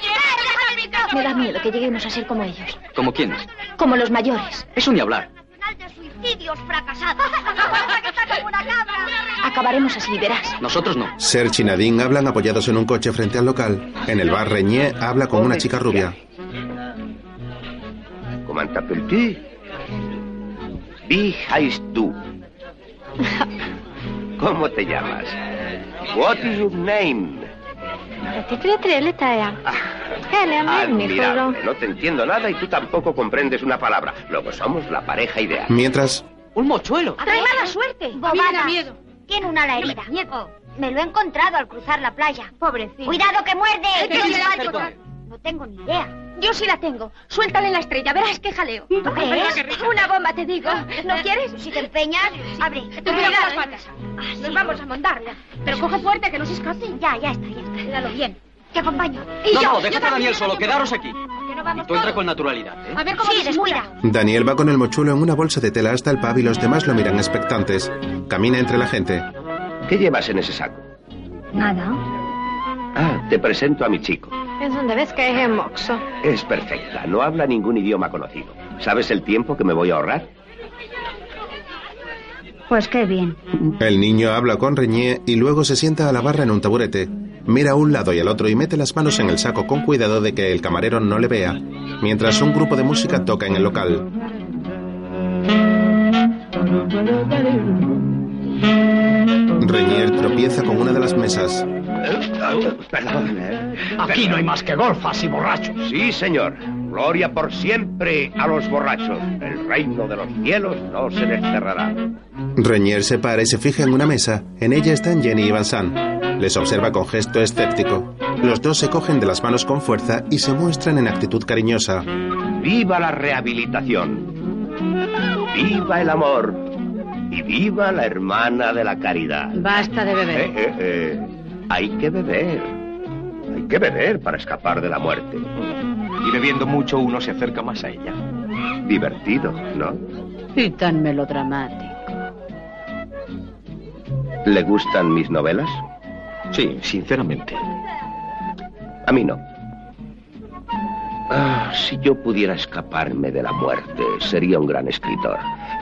Speaker 6: Oye,
Speaker 11: Me da miedo que lleguemos a ser como ellos,
Speaker 10: ¿Como quiénes?
Speaker 11: como los mayores.
Speaker 10: Eso ni hablar.
Speaker 6: de suicidios fracasados. <laughs> Aguanta que está como una cabra.
Speaker 11: Acabaremos así, verás.
Speaker 10: Nosotros no.
Speaker 1: Serge y Nadine hablan apoyados en un coche frente al local. En el bar Reñé habla con una chica rubia.
Speaker 4: Comment t'appelles-tu? Wie heißt du? ¿Cómo te llamas? What is your name? Ah, Admirable. No te entiendo nada y tú tampoco comprendes una palabra. Luego somos la pareja ideal.
Speaker 1: Mientras,
Speaker 10: Un mochuelo.
Speaker 9: Ah,
Speaker 6: Trae mala suerte.
Speaker 11: Viene
Speaker 6: Bobada.
Speaker 11: a miedo.
Speaker 6: Tiene una ala herida. Me lo he encontrado al cruzar la playa.
Speaker 11: Pobrecito.
Speaker 6: Cuidado que muerde.
Speaker 11: Eh, que
Speaker 6: Yo
Speaker 11: sí,
Speaker 6: le
Speaker 11: la
Speaker 6: doy- No tengo ni idea.
Speaker 11: Yo sí la tengo. Suéltale la estrella, verás qué jaleo.
Speaker 6: qué es?
Speaker 11: Una bomba, te digo.
Speaker 6: <laughs>
Speaker 11: ¿No quieres?
Speaker 6: Si te empeñas, abre. eh. Ah,
Speaker 11: Tú cuidado con las patas. Nos vamos a montarla. Pero coge fuerte que nos escape.
Speaker 6: Ya, ya está, ya está. Cuídalo bien. Te acompaño.
Speaker 10: no,
Speaker 11: yo,
Speaker 10: no,
Speaker 11: yo
Speaker 10: déjate a
Speaker 11: también,
Speaker 10: Daniel
Speaker 11: yo
Speaker 10: solo.
Speaker 11: también.
Speaker 10: Quedaros aquí.
Speaker 11: Que no vamos
Speaker 10: Tú entra
Speaker 11: todos.
Speaker 10: con naturalidad, ¿eh?
Speaker 11: A ver cómo
Speaker 6: Sí,
Speaker 11: se descuida.
Speaker 1: Daniel va con el mochuelo en una bolsa de tela hasta el pub y los demás lo miran expectantes. Camina entre la gente.
Speaker 4: ¿Qué llevas en ese saco?
Speaker 7: Nada.
Speaker 4: Ah, te presento a mi chico.
Speaker 7: Es donde ves que es moxo.
Speaker 4: Es perfecta, no habla ningún idioma conocido. ¿Sabes el tiempo que me voy a ahorrar?
Speaker 7: Pues qué bien.
Speaker 1: El niño habla con Reñé y luego se sienta a la barra en un taburete. Mira a un lado y al otro y mete las manos en el saco con cuidado de que el camarero no le vea, mientras un grupo de música toca en el local. Reñé tropieza con una de las mesas.
Speaker 4: Perdón.
Speaker 14: Ah. Aquí no hay más que golfas y borrachos.
Speaker 4: Sí, señor. Gloria por siempre a los borrachos. El reino de los cielos no se les cerrará.
Speaker 1: Reñier se para y se fija en una mesa. En ella están Jenny y Vincent. Les observa con gesto escéptico. Los dos se cogen de las manos con fuerza y se muestran en actitud cariñosa.
Speaker 4: ¡Viva la rehabilitación! ¡Viva el amor! Y viva la hermana de la caridad.
Speaker 8: Basta de beber.
Speaker 4: Eh, eh, eh. Hay que beber. Hay que beber para escapar de la muerte.
Speaker 12: Y bebiendo mucho uno se acerca más a ella.
Speaker 4: Divertido, ¿no?
Speaker 8: Y tan melodramático.
Speaker 4: ¿Le gustan mis novelas?
Speaker 12: Sí, sinceramente.
Speaker 4: A mí no. Ah, si yo pudiera escaparme de la muerte, sería un gran escritor.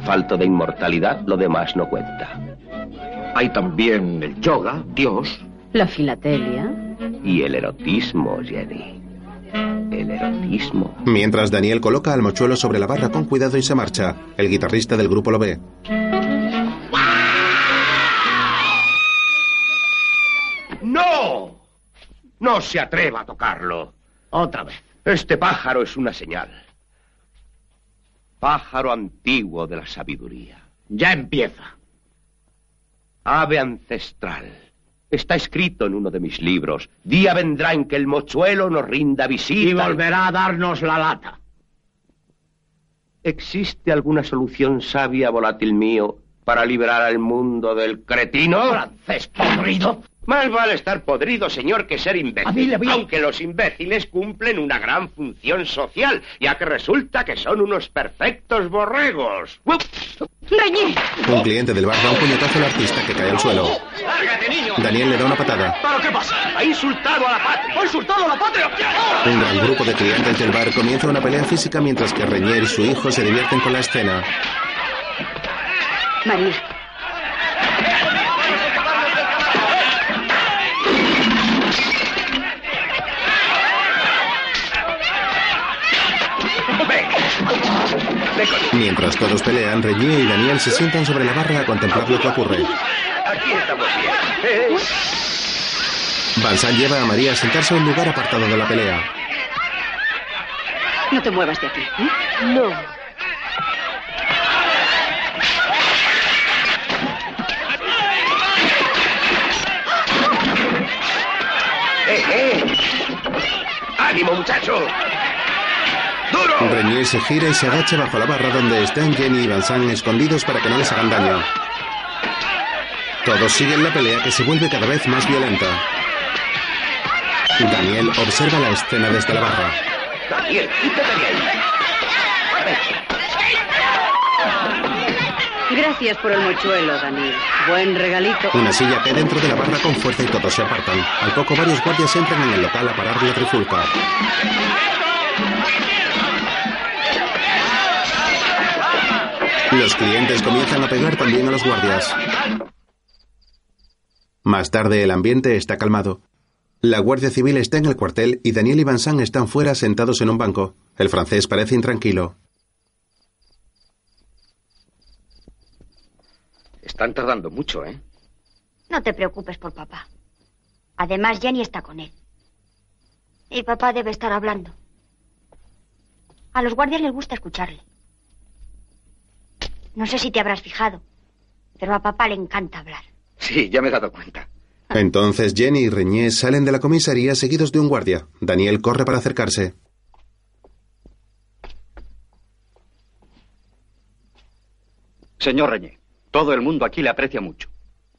Speaker 4: Falto de inmortalidad, lo demás no cuenta. Hay también el yoga, Dios
Speaker 8: La filatelia.
Speaker 4: y el erotismo, Jenny. El erotismo.
Speaker 1: Mientras Daniel coloca al mochuelo sobre la barra con cuidado y se marcha, el guitarrista del grupo lo ve.
Speaker 4: ¡No! No se atreva a tocarlo. Otra vez. Este pájaro es una señal. Pájaro antiguo de la sabiduría. Ya empieza. Ave ancestral. Está escrito en uno de mis libros. Día vendrá en que el mochuelo nos rinda visita.
Speaker 14: Y volverá
Speaker 4: a darnos la lata. ¿Existe alguna solución sabia, volátil mío, para liberar al mundo del cretino? ¡Francés podrido! Más vale estar podrido, señor, que ser imbécil.
Speaker 14: A mí le vi-
Speaker 4: Aunque los imbéciles cumplen una gran función social, ya que resulta que son unos perfectos borregos. ¡Uf!
Speaker 11: ¡Reñí!
Speaker 1: Un cliente del bar da un puñetazo al artista que cae al suelo.
Speaker 4: ¡Lárgate, niño!
Speaker 1: Daniel le da una patada.
Speaker 4: ¿Pero qué pasa? ¡Ha insultado a la patria! ¡Ha insultado a la patria!
Speaker 1: Un gran grupo de clientes del bar comienza una pelea física mientras que Reñier y su hijo se divierten con la escena.
Speaker 8: María.
Speaker 1: Mientras todos pelean, Reñier y Daniel se sientan sobre la barra a contemplar lo que ocurre.
Speaker 4: Aquí estamos bien. ¿eh?
Speaker 1: Vincent lleva a María a sentarse a un lugar apartado de la pelea.
Speaker 9: No te muevas de aquí. No.
Speaker 4: ¡Eh, eh! ánimo muchacho!
Speaker 1: Renier se gira y se agacha bajo la barra donde están Jenny y Vincent escondidos para que no les hagan daño. Todos siguen la pelea que se vuelve cada vez más violenta. Daniel observa la escena desde la barra.
Speaker 4: ¡Daniel, quítate de ahí!
Speaker 8: Gracias por el mochuelo, Daniel. Buen regalito.
Speaker 1: Una silla cae dentro de la barra con fuerza y todos se apartan. Al poco varios guardias entran en el local a parar la trifulca. Los clientes comienzan a pegar también a los guardias. Más tarde el ambiente está calmado. La Guardia Civil está en el cuartel y Daniel y Vincent están fuera sentados en un banco. El francés parece intranquilo.
Speaker 12: Están tardando mucho, ¿eh?
Speaker 7: No te preocupes por papá. Además, Jenny está con él. Y papá debe estar hablando. A los guardias les gusta escucharle. No sé si te habrás fijado, pero a papá le encanta hablar.
Speaker 4: Sí, ya me he dado cuenta.
Speaker 1: Entonces Jenny y Reñé salen de la comisaría seguidos de un guardia. Daniel corre para acercarse.
Speaker 2: Señor Reñé, todo el mundo aquí le aprecia mucho,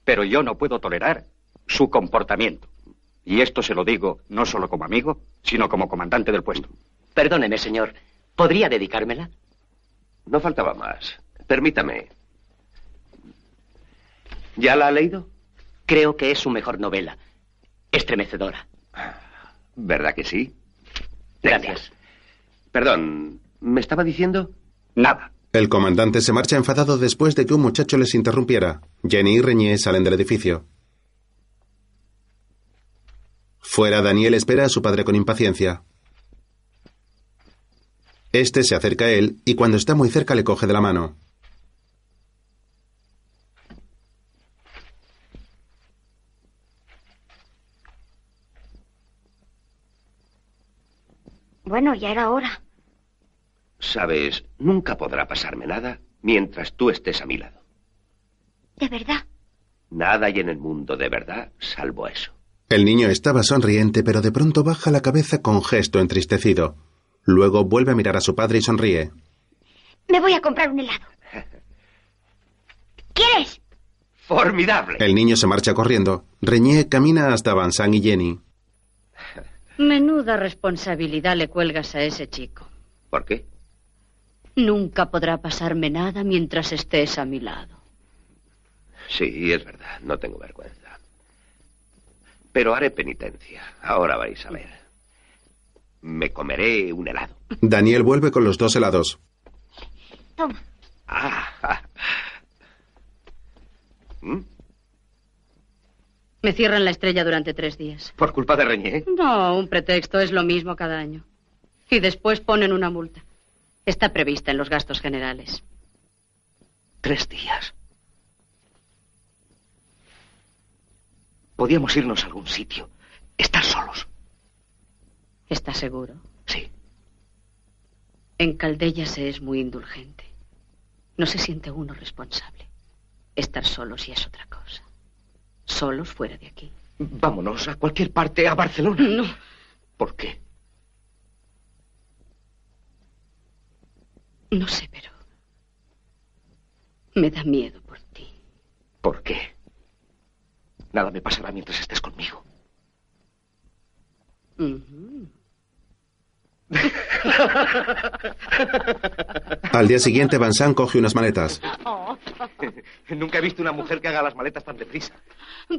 Speaker 2: pero yo no puedo tolerar su comportamiento. Y esto se lo digo no solo como amigo, sino como comandante del puesto.
Speaker 15: Perdóneme, señor. ¿Podría dedicármela?
Speaker 4: No faltaba más. Permítame. ¿Ya la ha leído?
Speaker 15: Creo que es su mejor novela. Estremecedora.
Speaker 4: ¿Verdad que sí?
Speaker 15: Gracias.
Speaker 4: Perdón, ¿me estaba diciendo?
Speaker 2: Nada.
Speaker 1: El comandante se marcha enfadado después de que un muchacho les interrumpiera. Jenny y Reñé salen del edificio. Fuera, Daniel espera a su padre con impaciencia. Este se acerca a él y cuando está muy cerca le coge de la mano.
Speaker 7: Bueno, ya era hora.
Speaker 4: Sabes, nunca podrá pasarme nada mientras tú estés a mi lado.
Speaker 6: ¿De verdad?
Speaker 4: Nada hay en el mundo de verdad salvo eso.
Speaker 1: El niño estaba sonriente, pero de pronto baja la cabeza con gesto entristecido. Luego vuelve a mirar a su padre y sonríe.
Speaker 6: Me voy a comprar un helado. ¿Quieres?
Speaker 4: Formidable.
Speaker 1: El niño se marcha corriendo. Reñé camina hasta Van San y Jenny.
Speaker 8: Menuda responsabilidad le cuelgas a ese chico.
Speaker 4: ¿Por qué?
Speaker 8: Nunca podrá pasarme nada mientras estés a mi lado.
Speaker 4: Sí, es verdad, no tengo vergüenza. Pero haré penitencia. Ahora vais a ver. Me comeré un helado.
Speaker 1: Daniel vuelve con los dos helados.
Speaker 6: Toma.
Speaker 4: Ah, ah. ¿Mm?
Speaker 8: Me cierran la estrella durante tres días.
Speaker 4: ¿Por culpa de Reñé? ¿eh?
Speaker 8: No, un pretexto es lo mismo cada año. Y después ponen una multa. Está prevista en los gastos generales.
Speaker 16: Tres días. Podíamos irnos a algún sitio. Estar solos.
Speaker 8: ¿Estás seguro?
Speaker 16: Sí.
Speaker 8: En Caldella se es muy indulgente. No se siente uno responsable. Estar solos ya es otra cosa. Solos fuera de aquí.
Speaker 16: Vámonos a cualquier parte, a Barcelona.
Speaker 15: Mm.
Speaker 8: No.
Speaker 16: ¿Por qué?
Speaker 8: No sé, pero... Me da miedo por ti.
Speaker 16: ¿Por qué? Nada me pasará mientras estés conmigo.
Speaker 8: Uh -huh.
Speaker 1: Al día siguiente, Van San coge unas maletas.
Speaker 16: Oh. Nunca he visto una mujer que haga las maletas tan deprisa.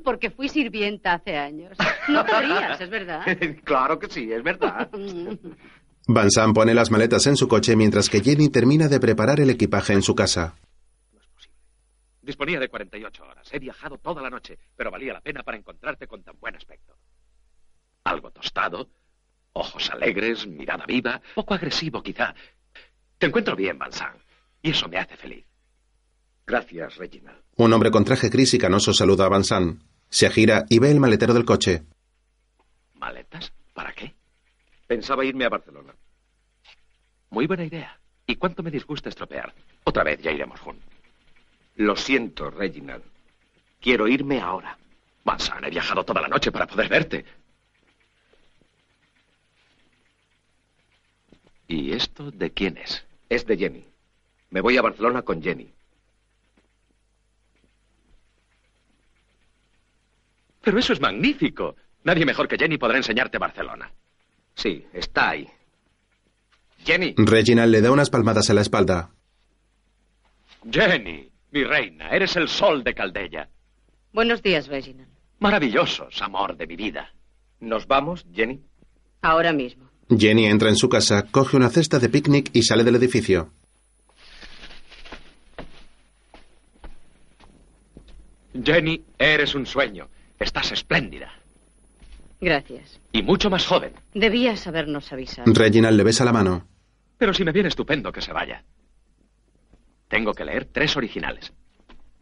Speaker 8: Porque fui sirvienta hace años. No te rías, es verdad.
Speaker 10: ¿Ah? <laughs>
Speaker 16: claro que sí, es verdad.
Speaker 1: Van San pone las maletas en su coche mientras que Jenny termina de preparar el equipaje en su casa.
Speaker 10: Disponía de 48 horas. He viajado toda la noche, pero valía la pena para encontrarte con tan buen aspecto. Algo tostado, Ojos alegres, mirada viva, poco agresivo pues quizá. Te encuentro bien, Balsam, y eso me hace feliz. Gracias, Reginald.
Speaker 1: Un hombre con traje gris y canoso saluda a Balsam. Se gira y ve el maletero del coche.
Speaker 10: ¿Maletas? ¿Para qué? Pensaba irme a Barcelona. Muy buena idea. ¿Y cuánto me disgusta estropear? Otra vez ya iremos juntos.
Speaker 16: Lo siento, Reginald. Quiero irme ahora.
Speaker 10: Balsam, he viajado toda la noche para poder verte. ¿Y esto de quién es?
Speaker 16: Es de Jenny. Me voy a Barcelona con Jenny.
Speaker 10: Pero eso es magnífico. Nadie mejor que Jenny podrá enseñarte Barcelona.
Speaker 16: Sí, está ahí. Jenny.
Speaker 1: Reginald le da unas palmadas en la espalda.
Speaker 10: Jenny, mi reina, eres el sol de Caldella.
Speaker 8: Buenos días, Reginald.
Speaker 10: Maravillosos, amor de mi vida.
Speaker 16: ¿Nos vamos, Jenny?
Speaker 8: Ahora mismo.
Speaker 1: Jenny entra en su casa, coge una cesta de picnic y sale del edificio.
Speaker 10: Jenny, eres un sueño. Estás espléndida.
Speaker 8: Gracias.
Speaker 10: Y mucho más joven.
Speaker 8: Debías habernos avisado.
Speaker 1: Reginald le besa la mano.
Speaker 10: Pero si me viene estupendo que se vaya. Tengo que leer tres originales.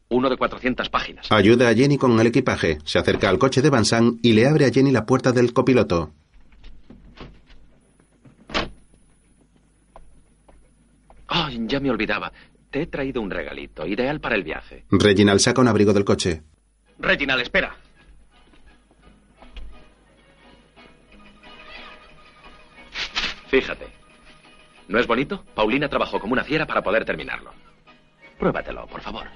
Speaker 10: Uno de 400 páginas.
Speaker 1: Ayuda a Jenny con el equipaje. Se acerca al coche de Van Zandt y le abre a Jenny la puerta del copiloto.
Speaker 10: Oh, ya me olvidaba. Te he traído un regalito, ideal para el viaje.
Speaker 1: Reginald saca un abrigo del coche.
Speaker 10: Reginald, espera. Fíjate. ¿No es bonito? Paulina trabajó como una fiera para poder terminarlo. Pruébatelo, por favor.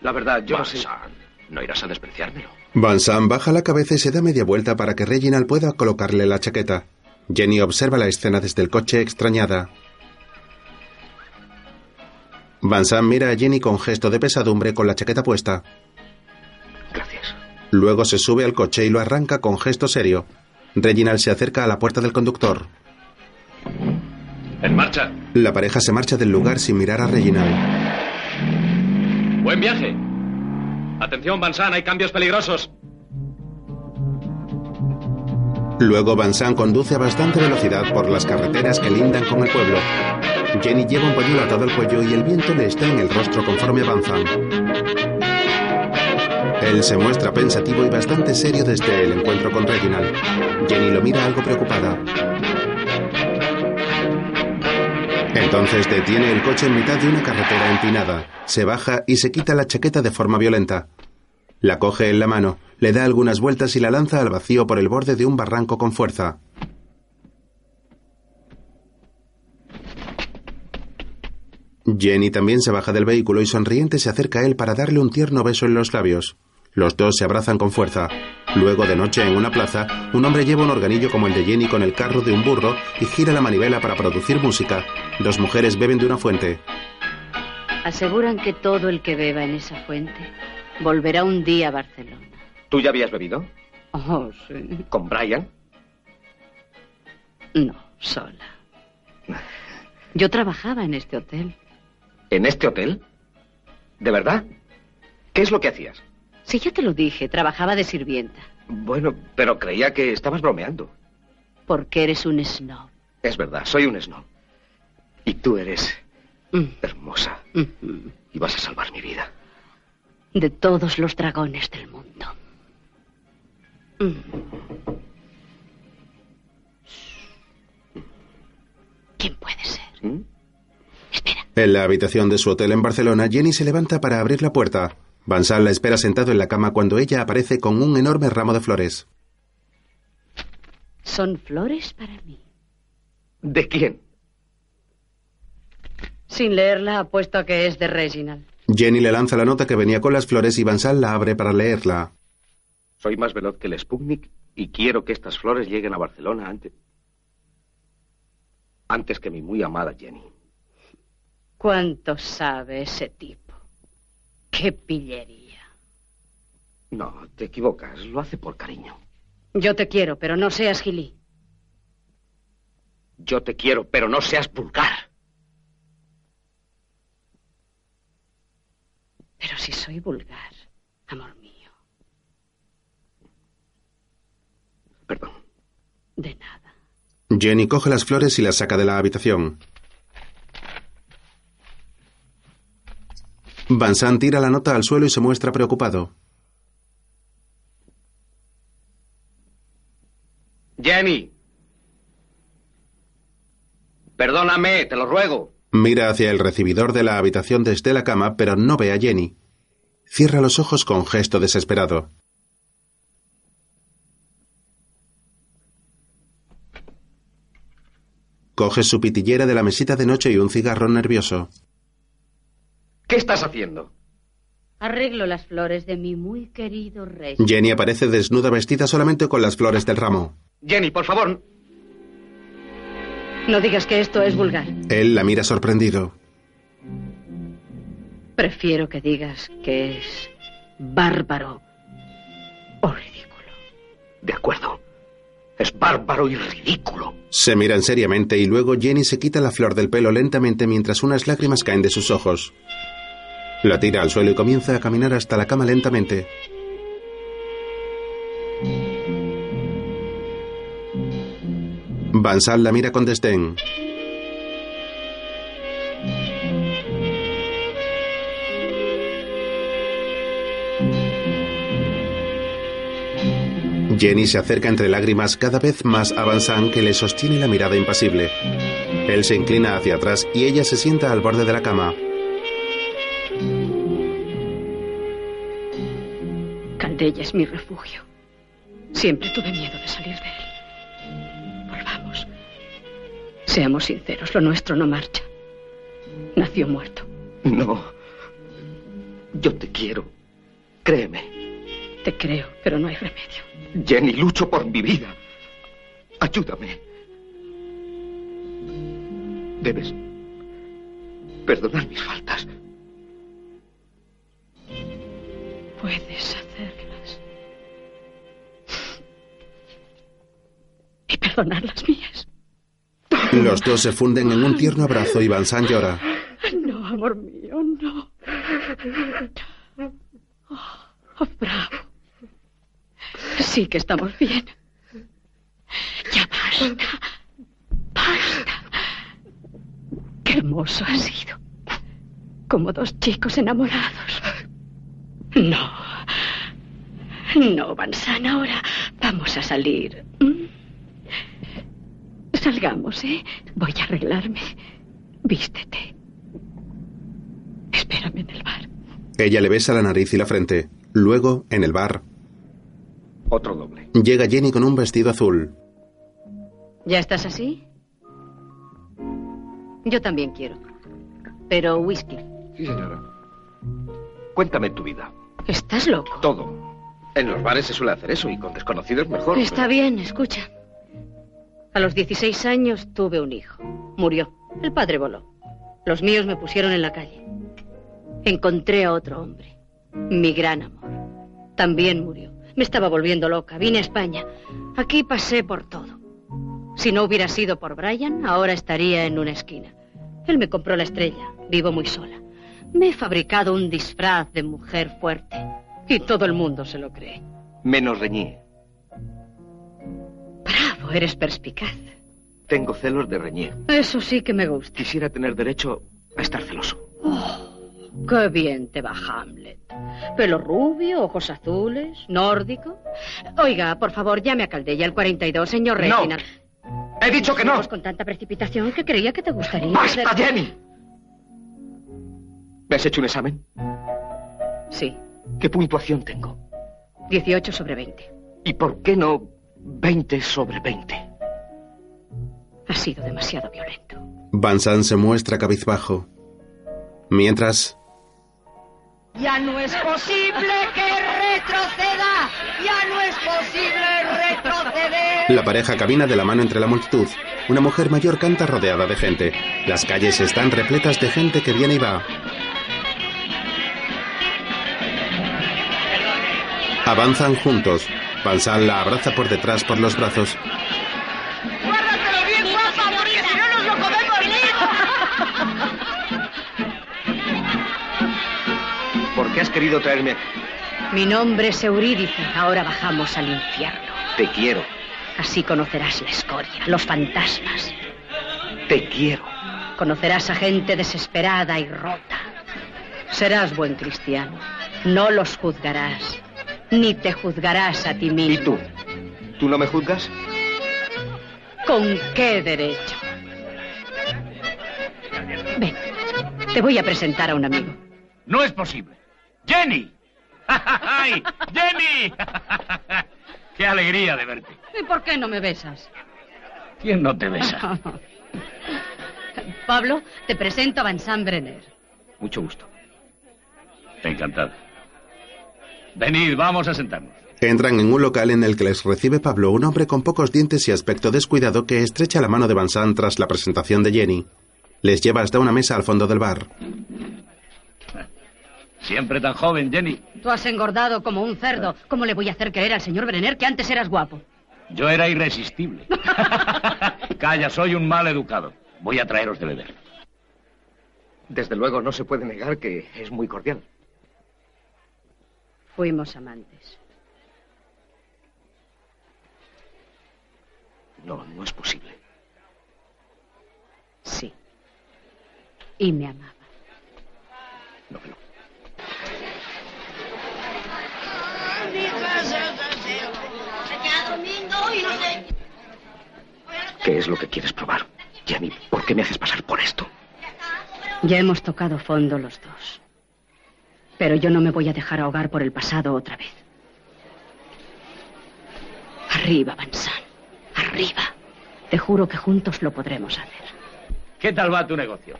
Speaker 16: La verdad, yo
Speaker 10: Van
Speaker 16: no sé...
Speaker 10: Zandt, no irás a despreciármelo.
Speaker 1: Van Zandt baja la cabeza y se da media vuelta para que Reginald pueda colocarle la chaqueta. Jenny observa la escena desde el coche extrañada. Van Zandt mira a Jenny con gesto de pesadumbre con la chaqueta puesta.
Speaker 16: Gracias.
Speaker 1: Luego se sube al coche y lo arranca con gesto serio. Reginald se acerca a la puerta del conductor.
Speaker 10: ¡En marcha!
Speaker 1: La pareja se marcha del lugar sin mirar a Reginald.
Speaker 10: ¡Buen viaje! ¡Atención, Van Zandt, hay cambios peligrosos!
Speaker 1: Luego Van Zandt conduce a bastante velocidad por las carreteras que lindan con el pueblo. Jenny lleva un pañuelo atado al cuello y el viento le está en el rostro conforme avanzan. Él se muestra pensativo y bastante serio desde el encuentro con Reginald. Jenny lo mira algo preocupada. Entonces detiene el coche en mitad de una carretera empinada, se baja y se quita la chaqueta de forma violenta. La coge en la mano, le da algunas vueltas y la lanza al vacío por el borde de un barranco con fuerza. Jenny también se baja del vehículo y sonriente se acerca a él para darle un tierno beso en los labios. Los dos se abrazan con fuerza. Luego, de noche, en una plaza, un hombre lleva un organillo como el de Jenny con el carro de un burro y gira la manivela para producir música. Dos mujeres beben de una fuente.
Speaker 8: Aseguran que todo el que beba en esa fuente volverá un día a Barcelona.
Speaker 15: ¿Tú ya habías bebido?
Speaker 8: Oh, sí.
Speaker 15: ¿Con Brian?
Speaker 8: No, sola. Yo trabajaba en este hotel.
Speaker 15: ¿En este hotel? ¿De verdad? ¿Qué es lo que hacías?
Speaker 8: Sí, ya te lo dije, trabajaba de sirvienta.
Speaker 15: Bueno, pero creía que estabas bromeando.
Speaker 8: Porque eres un snob.
Speaker 15: Es verdad, soy un snob. Y tú eres
Speaker 8: Mm.
Speaker 15: hermosa.
Speaker 8: Mm.
Speaker 15: Y vas a salvar mi vida.
Speaker 8: De todos los dragones del mundo. Mm. ¿Quién puede ser?
Speaker 1: En la habitación de su hotel en Barcelona, Jenny se levanta para abrir la puerta. Bansal la espera sentado en la cama cuando ella aparece con un enorme ramo de flores.
Speaker 8: Son flores para mí.
Speaker 15: ¿De quién?
Speaker 8: Sin leerla, apuesto a que es de Reginald.
Speaker 1: Jenny le lanza la nota que venía con las flores y Bansal la abre para leerla.
Speaker 4: Soy más veloz que el Sputnik y quiero que estas flores lleguen a Barcelona antes. Antes que mi muy amada Jenny.
Speaker 8: ¿Cuánto sabe ese tipo? ¡Qué pillería!
Speaker 4: No, te equivocas. Lo hace por cariño.
Speaker 8: Yo te quiero, pero no seas gilí.
Speaker 15: Yo te quiero, pero no seas vulgar.
Speaker 8: Pero si soy vulgar, amor mío.
Speaker 4: Perdón.
Speaker 8: De nada.
Speaker 1: Jenny coge las flores y las saca de la habitación. Bansal tira la nota al suelo y se muestra preocupado.
Speaker 13: Jenny. Perdóname, te lo ruego.
Speaker 1: Mira hacia el recibidor de la habitación desde la cama, pero no ve a Jenny. Cierra los ojos con gesto desesperado. Coge su pitillera de la mesita de noche y un cigarro nervioso.
Speaker 15: ¿Qué estás haciendo?
Speaker 8: Arreglo las flores de mi muy querido rey.
Speaker 1: Jenny aparece desnuda vestida solamente con las flores del ramo.
Speaker 15: Jenny, por favor.
Speaker 8: No digas que esto es vulgar.
Speaker 1: Él la mira sorprendido.
Speaker 8: Prefiero que digas que es bárbaro.
Speaker 15: De acuerdo. Es bárbaro y ridículo.
Speaker 1: Se miran seriamente y luego Jenny se quita la flor del pelo lentamente mientras unas lágrimas caen de sus ojos. La tira al suelo y comienza a caminar hasta la cama lentamente. Bansal la mira con desdén. Jenny se acerca entre lágrimas cada vez más a Vincent, que le sostiene la mirada impasible. Él se inclina hacia atrás y ella se sienta al borde de la cama.
Speaker 8: Caldella es mi refugio. Siempre tuve miedo de salir de él. Volvamos. Seamos sinceros, lo nuestro no marcha. Nació muerto.
Speaker 15: No. Yo te quiero. Créeme.
Speaker 8: Te creo, pero no hay remedio.
Speaker 15: Jenny, lucho por mi vida. Ayúdame. Debes perdonar mis faltas.
Speaker 8: Puedes hacerlas. Y perdonar las mías.
Speaker 1: Los dos se funden en un tierno abrazo y Vincent llora.
Speaker 8: <laughs> No, amor mío, no. Oh, bravo. Sí que estamos bien. Ya basta. Basta. Qué hermoso ha sido. Como dos chicos enamorados. No. No, Bansan, ahora vamos a salir. Mm. ¿m? Salgamos, ¿eh? Voy a arreglarme.
Speaker 14: Vístete. Espérame en el bar.
Speaker 1: Ella le besa la nariz y la frente. Luego, en el bar.
Speaker 12: Otro doble.
Speaker 1: Llega Jenny con un vestido azul.
Speaker 8: ¿Ya estás así? Yo también quiero. Pero whisky.
Speaker 12: Sí, señora. Cuéntame tu vida.
Speaker 8: ¿Estás loco?
Speaker 12: Todo. En los bares se suele hacer eso y con desconocidos mejor.
Speaker 8: Está bien, escucha. A los 16 años tuve un hijo. Murió. El padre voló. Los míos me pusieron en la calle. Encontré a otro hombre. Mi gran amor. También murió. Me estaba volviendo loca. Vine a España. Aquí pasé por todo. Si no hubiera sido por Brian, ahora estaría en una esquina. Él me compró la estrella. Vivo muy sola. Me he fabricado un disfraz de mujer fuerte. Y todo el mundo se lo cree.
Speaker 12: Menos reñí.
Speaker 8: Bravo, Ah, pues eres perspicaz.
Speaker 12: Tengo celos de reñir.
Speaker 8: Eso sí que me gusta.
Speaker 12: Quisiera tener derecho a estar celoso.
Speaker 8: Oh, qué bien te va Hamlet. Pelo rubio, ojos azules, nórdico. Oiga, por favor, llame a Caldeya el 42, señor
Speaker 12: No.
Speaker 8: Regina.
Speaker 12: He dicho que no.
Speaker 8: con tanta precipitación que creía que te gustaría.
Speaker 12: ¡Basta,
Speaker 8: hacer-
Speaker 12: Jenny! ¿Me has hecho un examen?
Speaker 8: Sí,
Speaker 12: ¿Qué puntuación tengo?
Speaker 8: 18 sobre 20.
Speaker 12: ¿Y por qué no 20 sobre 20?
Speaker 8: Ha sido demasiado violento.
Speaker 1: Van Zandt se muestra cabizbajo. Mientras,
Speaker 17: Ya no es posible que retroceda. Ya no es posible retroceder.
Speaker 1: la pareja camina de la mano entre la multitud. Una mujer mayor canta rodeada de gente. Las calles están repletas de gente que viene y va. Avanzan juntos. Van Zandt la abraza por detrás por los brazos.
Speaker 17: Guárdatelo bien, guapa, porque si no nos lo comemos vivo.
Speaker 12: ¿Por qué has querido traerme aquí?
Speaker 8: Mi nombre es Eurídice. Ahora bajamos al infierno.
Speaker 12: Te quiero,
Speaker 8: Así conocerás la escoria, los fantasmas.
Speaker 12: te quiero.
Speaker 8: Conocerás a gente desesperada y rota. Serás buen cristiano. No los juzgarás. Ni te juzgarás a ti mismo.
Speaker 12: ¿Y tú? ¿Tú no me juzgas?
Speaker 8: ¿Con qué derecho? Ven, te voy a presentar a un amigo.
Speaker 18: No es posible. ¡Jenny! <laughs> ¡Ay, ¡Jenny! <laughs> ¡Qué alegría de verte!
Speaker 8: ¿Y por qué no me besas? <laughs>
Speaker 18: ¿Quién no te besa?
Speaker 8: Pablo, te presento a Vincent Brenner.
Speaker 18: Mucho gusto. Encantado. Venid, vamos a sentarnos.
Speaker 1: Entran en un local en el que les recibe Pablo, un hombre con pocos dientes y aspecto descuidado que estrecha la mano de Van Zandt tras la presentación de Jenny. Les lleva hasta una mesa al fondo del bar.
Speaker 18: Siempre tan joven, Jenny.
Speaker 8: Tú has engordado como un cerdo. ¿Cómo le voy a hacer creer al señor Brenner que antes eras guapo?
Speaker 18: Yo era irresistible. <laughs> Calla, soy un mal educado. Voy a traeros de beber.
Speaker 12: Desde luego no se puede negar que es muy cordial.
Speaker 8: Fuimos amantes.
Speaker 12: No, no es posible.
Speaker 8: Sí. Y me amaba.
Speaker 12: ¿Qué es lo que quieres probar? Jenny, ¿por qué me haces pasar por esto?
Speaker 8: Ya hemos tocado fondo los dos. Pero yo no me voy a dejar ahogar por el pasado otra vez. Arriba, Bansan. Arriba. Te juro que juntos lo podremos hacer.
Speaker 18: ¿Qué tal va tu negocio?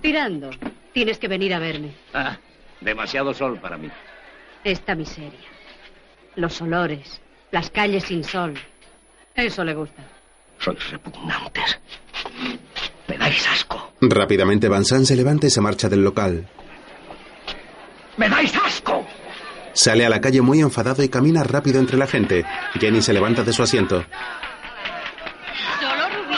Speaker 8: Tirando, tienes que venir a verme.
Speaker 18: Ah, demasiado sol para mí.
Speaker 8: Esta miseria. Los olores. Las calles sin sol. Eso le gusta.
Speaker 12: Sois repugnantes. Me dais asco.
Speaker 1: Rápidamente Van Zandt se levanta y se marcha del local.
Speaker 12: ¡Me dais asco!
Speaker 1: Sale a la calle muy enfadado y camina rápido entre la gente. Jenny se levanta de su asiento.
Speaker 17: Solo rubí.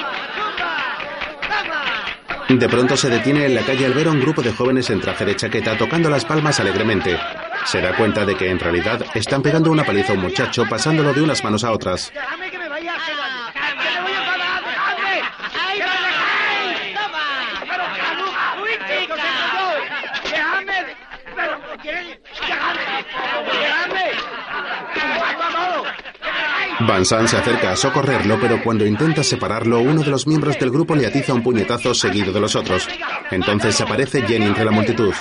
Speaker 1: De pronto se detiene en la calle al ver a un grupo de jóvenes en traje de chaqueta tocando las palmas alegremente. Se da cuenta de que en realidad están pegando una paliza a un muchacho pasándolo de unas manos a otras.
Speaker 17: Déjame que me vaya a hacer daño. Que me voy a enfadar. ¡Déjame! ¡Ahí va! ¡Ahí ¡Pero, Camus, ¡Uy, chica! ¡Déjame! ¡Pero, quieren llegar
Speaker 1: Van San se acerca a socorrerlo, pero cuando intenta separarlo, uno de los miembros del grupo le atiza un puñetazo seguido de los otros. Entonces aparece Jenny entre la multitud.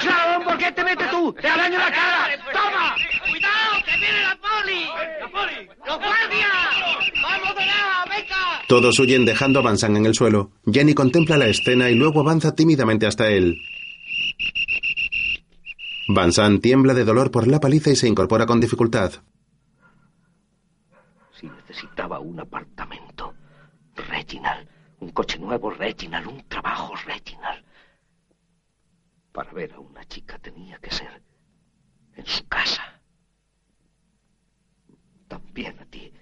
Speaker 19: ¡Chabón, ¿por qué te metes tú? ¡Te araño la cara! ¡Toma! pues. ¡Cuidado, que viene la poli! ¡La poli! ¡Los guardias! ¡Vamos de nada, venga!
Speaker 1: Todos huyen dejando a Van San en el suelo. Jenny contempla la escena y luego avanza tímidamente hasta él. Van San tiembla de dolor por la paliza y se incorpora con dificultad.
Speaker 20: Si necesitaba un apartamento, Reginald, un coche nuevo, Reginald, un trabajo, Reginald. Para ver a una chica tenía que ser en su casa. También a ti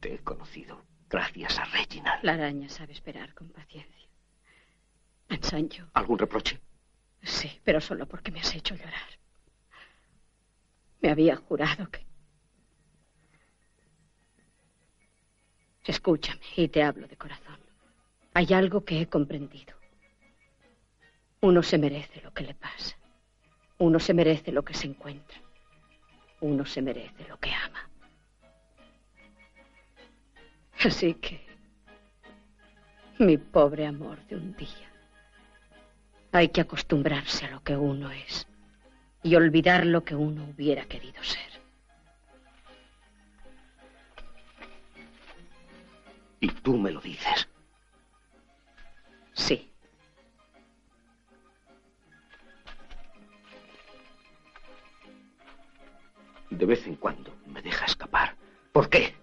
Speaker 20: te he conocido gracias a Reginald.
Speaker 8: La araña sabe esperar con paciencia. Ansancho.
Speaker 20: ¿Algún reproche?
Speaker 8: Sí, pero solo porque me has hecho llorar. Me había jurado que... Escúchame y te hablo de corazón. Hay algo que he comprendido. Uno se merece lo que le pasa. Uno se merece lo que se encuentra. Uno se merece lo que ama. Así que... Mi pobre amor de un día. Hay que acostumbrarse a lo que uno es y olvidar lo que uno hubiera querido ser.
Speaker 20: ¿Y tú me lo dices?
Speaker 8: Sí.
Speaker 20: De vez en cuando me deja escapar. ¿Por qué?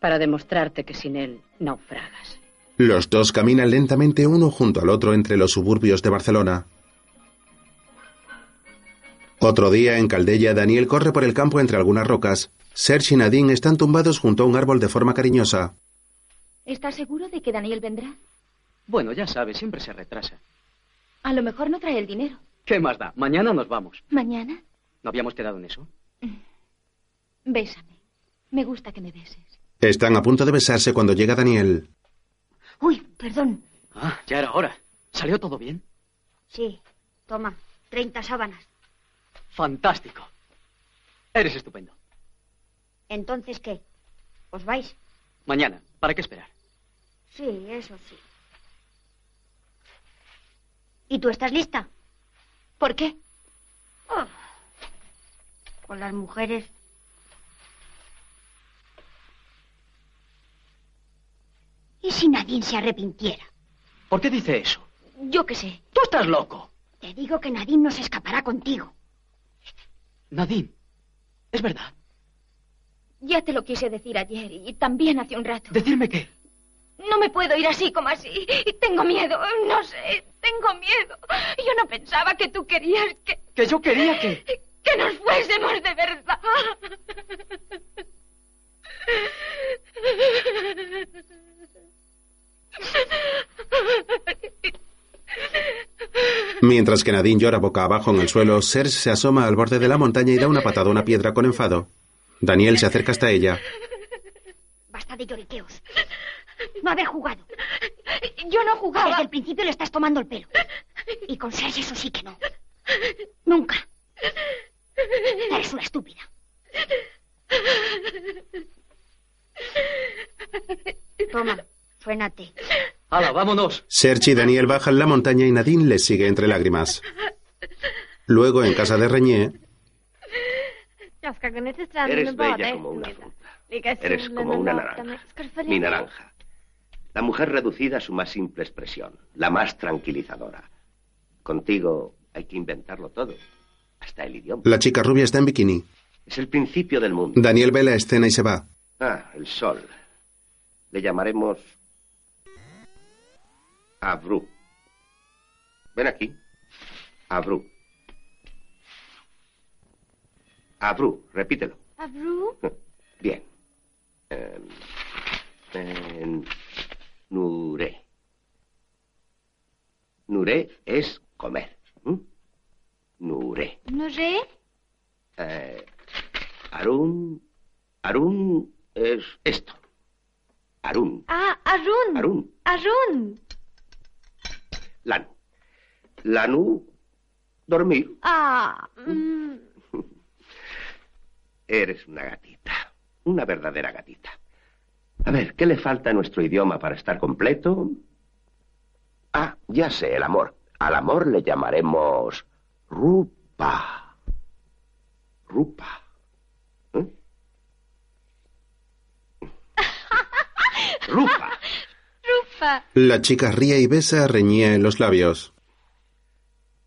Speaker 8: Para demostrarte que sin él naufragas.
Speaker 1: Los dos caminan lentamente uno junto al otro entre los suburbios de Barcelona. Otro día en Caldella, Daniel corre por el campo entre algunas rocas. Serge y Nadine están tumbados junto a un árbol de forma cariñosa.
Speaker 7: ¿Estás seguro de que Daniel vendrá?
Speaker 21: Bueno, ya sabes, siempre se retrasa.
Speaker 7: A lo mejor no trae el dinero.
Speaker 21: ¿Qué más da? Mañana nos vamos.
Speaker 7: ¿Mañana?
Speaker 21: ¿No habíamos quedado en eso?
Speaker 7: Bésame. Me gusta que me beses.
Speaker 1: Están a punto de besarse cuando llega Daniel.
Speaker 7: Uy, perdón.
Speaker 21: Ah, ya era hora. ¿Salió todo bien?
Speaker 6: Sí. Toma, 30 sábanas.
Speaker 21: Fantástico. Eres estupendo.
Speaker 6: Entonces, ¿qué? ¿Os vais?
Speaker 21: Mañana. ¿Para qué esperar?
Speaker 6: Sí, eso sí. ¿Y tú estás lista?
Speaker 7: ¿Por qué?
Speaker 6: Oh. Con las mujeres ¿Y si Nadine se arrepintiera?
Speaker 21: ¿Por qué dice eso?
Speaker 7: Yo qué sé.
Speaker 21: Tú estás loco.
Speaker 6: Te digo que Nadine no se escapará contigo.
Speaker 21: Nadine, es verdad.
Speaker 7: Ya te lo quise decir ayer y también hace un rato.
Speaker 21: ¿Decirme qué?
Speaker 7: No me puedo ir así como así. Tengo miedo, no sé, tengo miedo. Yo no pensaba que tú querías que...
Speaker 21: ¿Que yo quería que...?
Speaker 7: Que nos fuésemos de verdad.
Speaker 1: Mientras que Nadine llora boca abajo en el suelo, Serge se asoma al borde de la montaña y da una patada a una piedra con enfado. Daniel se acerca hasta ella.
Speaker 6: Basta de lloriqueos. No haber jugado.
Speaker 7: Yo no jugaba.
Speaker 6: Desde el principio le estás tomando el pelo. Y con Serge eso sí que no. Nunca. Eres una estúpida. Toma. Suénate.
Speaker 21: ¡Hala, vámonos!
Speaker 1: Serge y Daniel bajan la montaña y Nadine les sigue entre lágrimas. Luego, en casa de Reñé...
Speaker 4: Eres bella como una fruta. Eres como una naranja. Mi naranja. La mujer reducida a su más simple expresión, la más tranquilizadora. Contigo hay que inventarlo todo, hasta el idioma.
Speaker 1: La chica rubia está en bikini.
Speaker 4: Es el principio del mundo.
Speaker 1: Daniel ve la escena y se va.
Speaker 4: Ah, el sol. Le llamaremos Abru. Ven aquí. Abru. Abru, repítelo.
Speaker 7: Abru.
Speaker 4: <laughs> Bien. Eh, eh, nure. Nure es comer. ¿Mm? Nure.
Speaker 7: Nure.
Speaker 4: Eh, arun. Arun es esto. Arun.
Speaker 7: Ah, Arun.
Speaker 4: Arun.
Speaker 7: Arun.
Speaker 4: Lanu. Lanu, dormir.
Speaker 11: Ah. mm,
Speaker 4: <laughs> Eres una gatita. Una verdadera gatita. A ver, ¿qué le falta a nuestro idioma para estar completo? Ah, ya sé, el amor. Al amor le llamaremos Rupa. Rupa. ¿Eh? Rupa.
Speaker 11: Rufa.
Speaker 1: La chica ríe y besa a Reñía en los labios.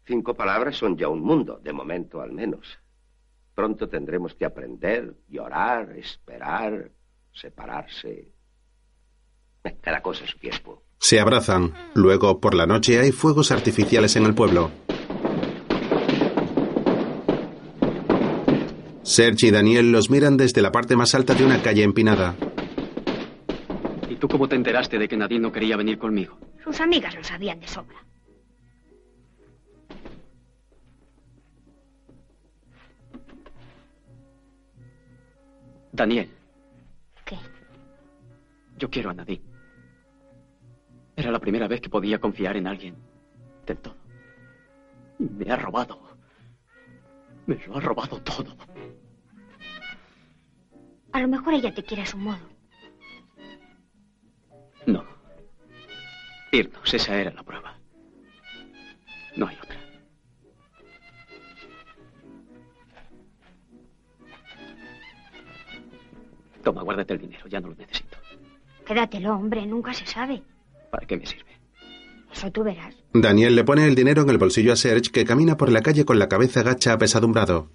Speaker 4: Cinco palabras son ya un mundo, de momento al menos. Pronto tendremos que aprender, llorar, esperar, separarse. Eh, Cada cosa a su tiempo.
Speaker 1: Se abrazan. Luego, por la noche, hay fuegos artificiales en el pueblo. Serge y Daniel los miran desde la parte más alta de una calle empinada.
Speaker 19: ¿Y tú cómo te enteraste de que Nadine no quería venir conmigo?
Speaker 7: Sus amigas lo sabían de sobra.
Speaker 19: Daniel.
Speaker 7: ¿Qué?
Speaker 19: Yo quiero a Nadine. Era la primera vez que podía confiar en alguien. Del todo. Y me ha robado. Me lo ha robado todo.
Speaker 7: A lo mejor ella te quiere a su modo.
Speaker 19: No. Irnos, esa era la prueba. No hay otra. Toma, guárdate el dinero, ya no lo necesito.
Speaker 7: Quédatelo, hombre, nunca se sabe.
Speaker 19: ¿Para qué me sirve?
Speaker 7: Eso tú verás.
Speaker 1: Daniel le pone el dinero en el bolsillo a Serge, que camina por la calle con la cabeza gacha apesadumbrado.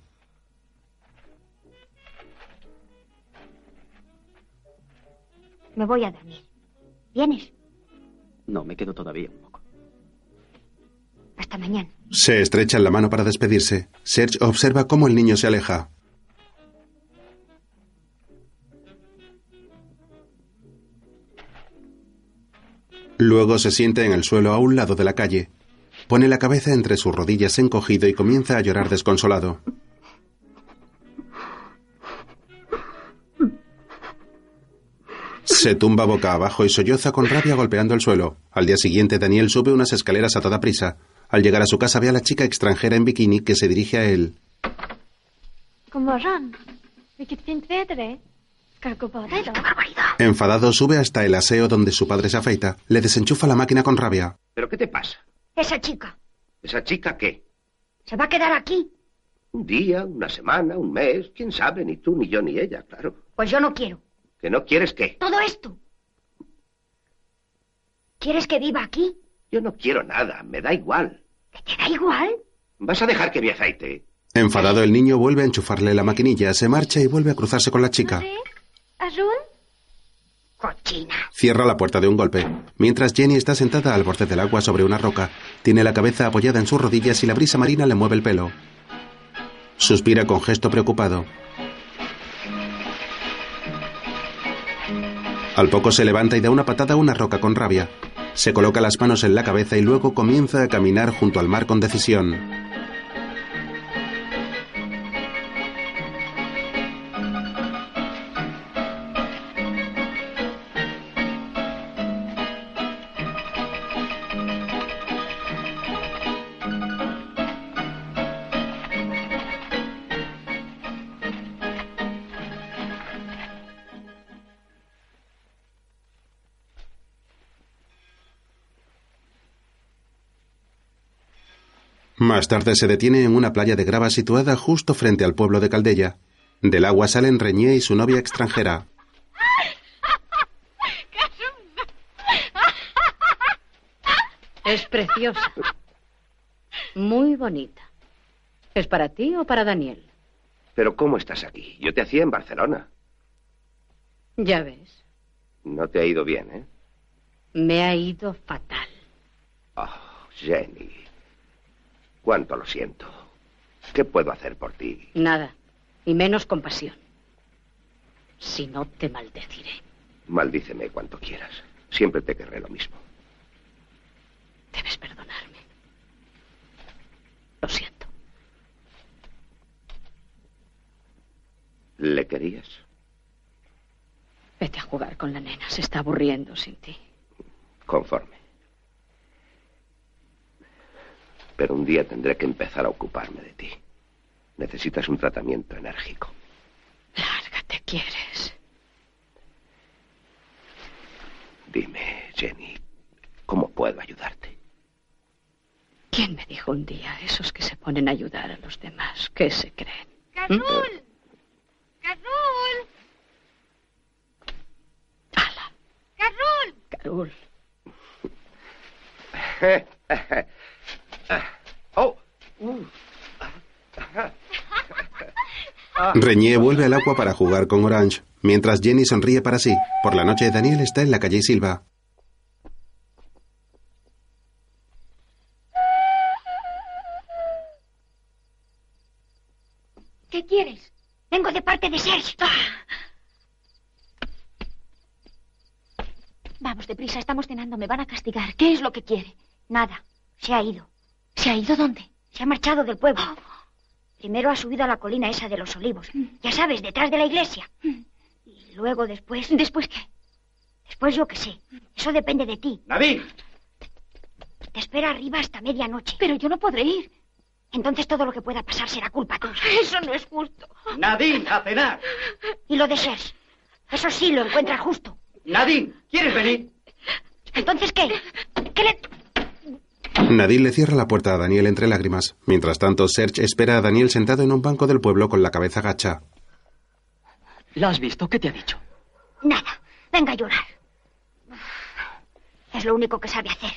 Speaker 7: Me voy a dormir. ¿Vienes?
Speaker 19: No, me quedo todavía un poco.
Speaker 7: Hasta mañana.
Speaker 1: Se estrechan la mano para despedirse. Serge observa cómo el niño se aleja. Luego se sienta en el suelo a un lado de la calle. Pone la cabeza entre sus rodillas encogido y comienza a llorar desconsolado. Se tumba boca abajo y solloza con rabia golpeando el suelo. Al día siguiente, Daniel sube unas escaleras a toda prisa. Al llegar a su casa ve a la chica extranjera en bikini que se dirige a él.
Speaker 22: God morgon. Vilket fint väder det är. Ska jag gå och bada idag?
Speaker 1: Enfadado sube hasta el aseo donde su padre se afeita. Le desenchufa la máquina con rabia.
Speaker 4: ¿Pero qué te pasa?
Speaker 7: Esa chica
Speaker 4: ¿Esa chica qué?
Speaker 7: se va a quedar aquí.
Speaker 4: Un día, una semana, un mes, quién sabe, ni tú, ni yo, ni ella, claro.
Speaker 7: Pues yo no quiero.
Speaker 4: ¿Que no quieres qué?
Speaker 7: Todo esto. ¿Quieres que viva aquí?
Speaker 4: Yo no quiero nada, me da igual.
Speaker 7: ¿Te da igual?
Speaker 4: ¿Vas a dejar que me aceite?
Speaker 1: Enfadado, el niño vuelve a enchufarle la maquinilla, se marcha y vuelve a cruzarse con la chica.
Speaker 22: Arun?
Speaker 1: Cierra la puerta de un golpe. Mientras Jenny está sentada al borde del agua sobre una roca, tiene la cabeza apoyada en sus rodillas y la brisa marina le mueve el pelo. Suspira con gesto preocupado. Al poco se levanta y da una patada a una roca con rabia. Se coloca las manos en la cabeza y luego comienza a caminar junto al mar con decisión. Más tarde se detiene en una playa de grava situada justo frente al pueblo de Caldella. Del agua salen Reñé y su novia extranjera.
Speaker 8: Es preciosa. Muy bonita. ¿Es para ti o para Daniel?
Speaker 4: Pero ¿cómo estás aquí? Yo te hacía en Barcelona.
Speaker 8: Ya ves,
Speaker 4: No te ha ido bien, ¿eh?
Speaker 8: me ha ido fatal.
Speaker 4: Oh, Jenny. Cuánto lo siento. ¿Qué puedo hacer por ti?
Speaker 8: Nada. Y menos compasión. Si no, te maldeciré.
Speaker 4: Maldíceme cuanto quieras. Siempre te querré lo mismo.
Speaker 8: Debes perdonarme. Lo siento.
Speaker 4: ¿Le querías?
Speaker 8: Vete a jugar con la nena. Se está aburriendo sin ti.
Speaker 4: Conforme. Pero un día tendré que empezar a ocuparme de ti. Necesitas un tratamiento enérgico.
Speaker 23: Lárgate, quieres.
Speaker 4: Dime, Jenny, ¿cómo puedo ayudarte?
Speaker 23: ¿Quién me dijo un día esos que se ponen a ayudar a los demás? ¿Qué se creen? ¿Mm?
Speaker 24: ¡Cazul! ¡Cazul!
Speaker 23: ¡Hala!
Speaker 24: ¡Cazul!
Speaker 23: Carul.
Speaker 4: ¡Oh!
Speaker 1: Reñé vuelve al agua para jugar con Orange, mientras Jenny sonríe para sí. Por la noche, Daniel está en la calle Silva.
Speaker 6: ¿Qué quieres? Vengo de parte de Serge. Ah.
Speaker 25: Vamos, deprisa, estamos cenando, me van a castigar. ¿Qué es lo que quiere?
Speaker 6: Nada, se ha ido.
Speaker 25: ¿Se ha ido dónde?
Speaker 6: Se ha marchado del pueblo. Primero ha subido a la colina esa de los olivos.
Speaker 25: Mm.
Speaker 6: Ya sabes, detrás de la iglesia. Y luego después...
Speaker 25: ¿Después qué?
Speaker 6: Después yo qué sé. Eso depende de ti.
Speaker 10: ¡Nadie!
Speaker 6: Te espera arriba hasta medianoche.
Speaker 25: Pero yo no podré ir.
Speaker 6: Entonces todo lo que pueda pasar será culpa tuya.
Speaker 25: <laughs> Eso no es justo.
Speaker 10: Nadine, a cenar.
Speaker 6: Y lo de Serge. Eso sí lo encuentras justo.
Speaker 10: Nadine, ¿quieres venir?
Speaker 6: ¿Entonces qué? ¿Qué le...?
Speaker 1: Nadine le cierra la puerta a Daniel entre lágrimas. Mientras tanto, Serge espera a Daniel sentado en un banco del pueblo con la cabeza gacha.
Speaker 19: ¿La has visto? ¿Qué te ha dicho?
Speaker 6: Nada. Venga a llorar. Es lo único que sabe hacer.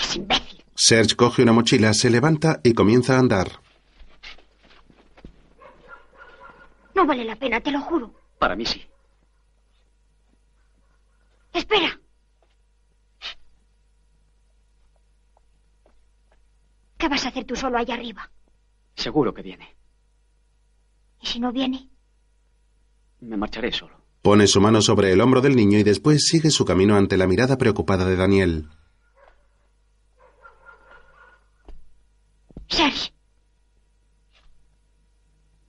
Speaker 6: Es imbécil.
Speaker 1: Serge coge una mochila, se levanta y comienza a andar.
Speaker 6: No vale la pena, te lo juro.
Speaker 19: Para mí sí.
Speaker 6: Espera. ¿Qué vas a hacer tú solo allá arriba?
Speaker 19: Seguro que viene.
Speaker 6: ¿Y si no viene?
Speaker 19: Me marcharé solo.
Speaker 1: Pone su mano sobre el hombro del niño y después sigue su camino ante la mirada preocupada de Daniel.
Speaker 6: Serge.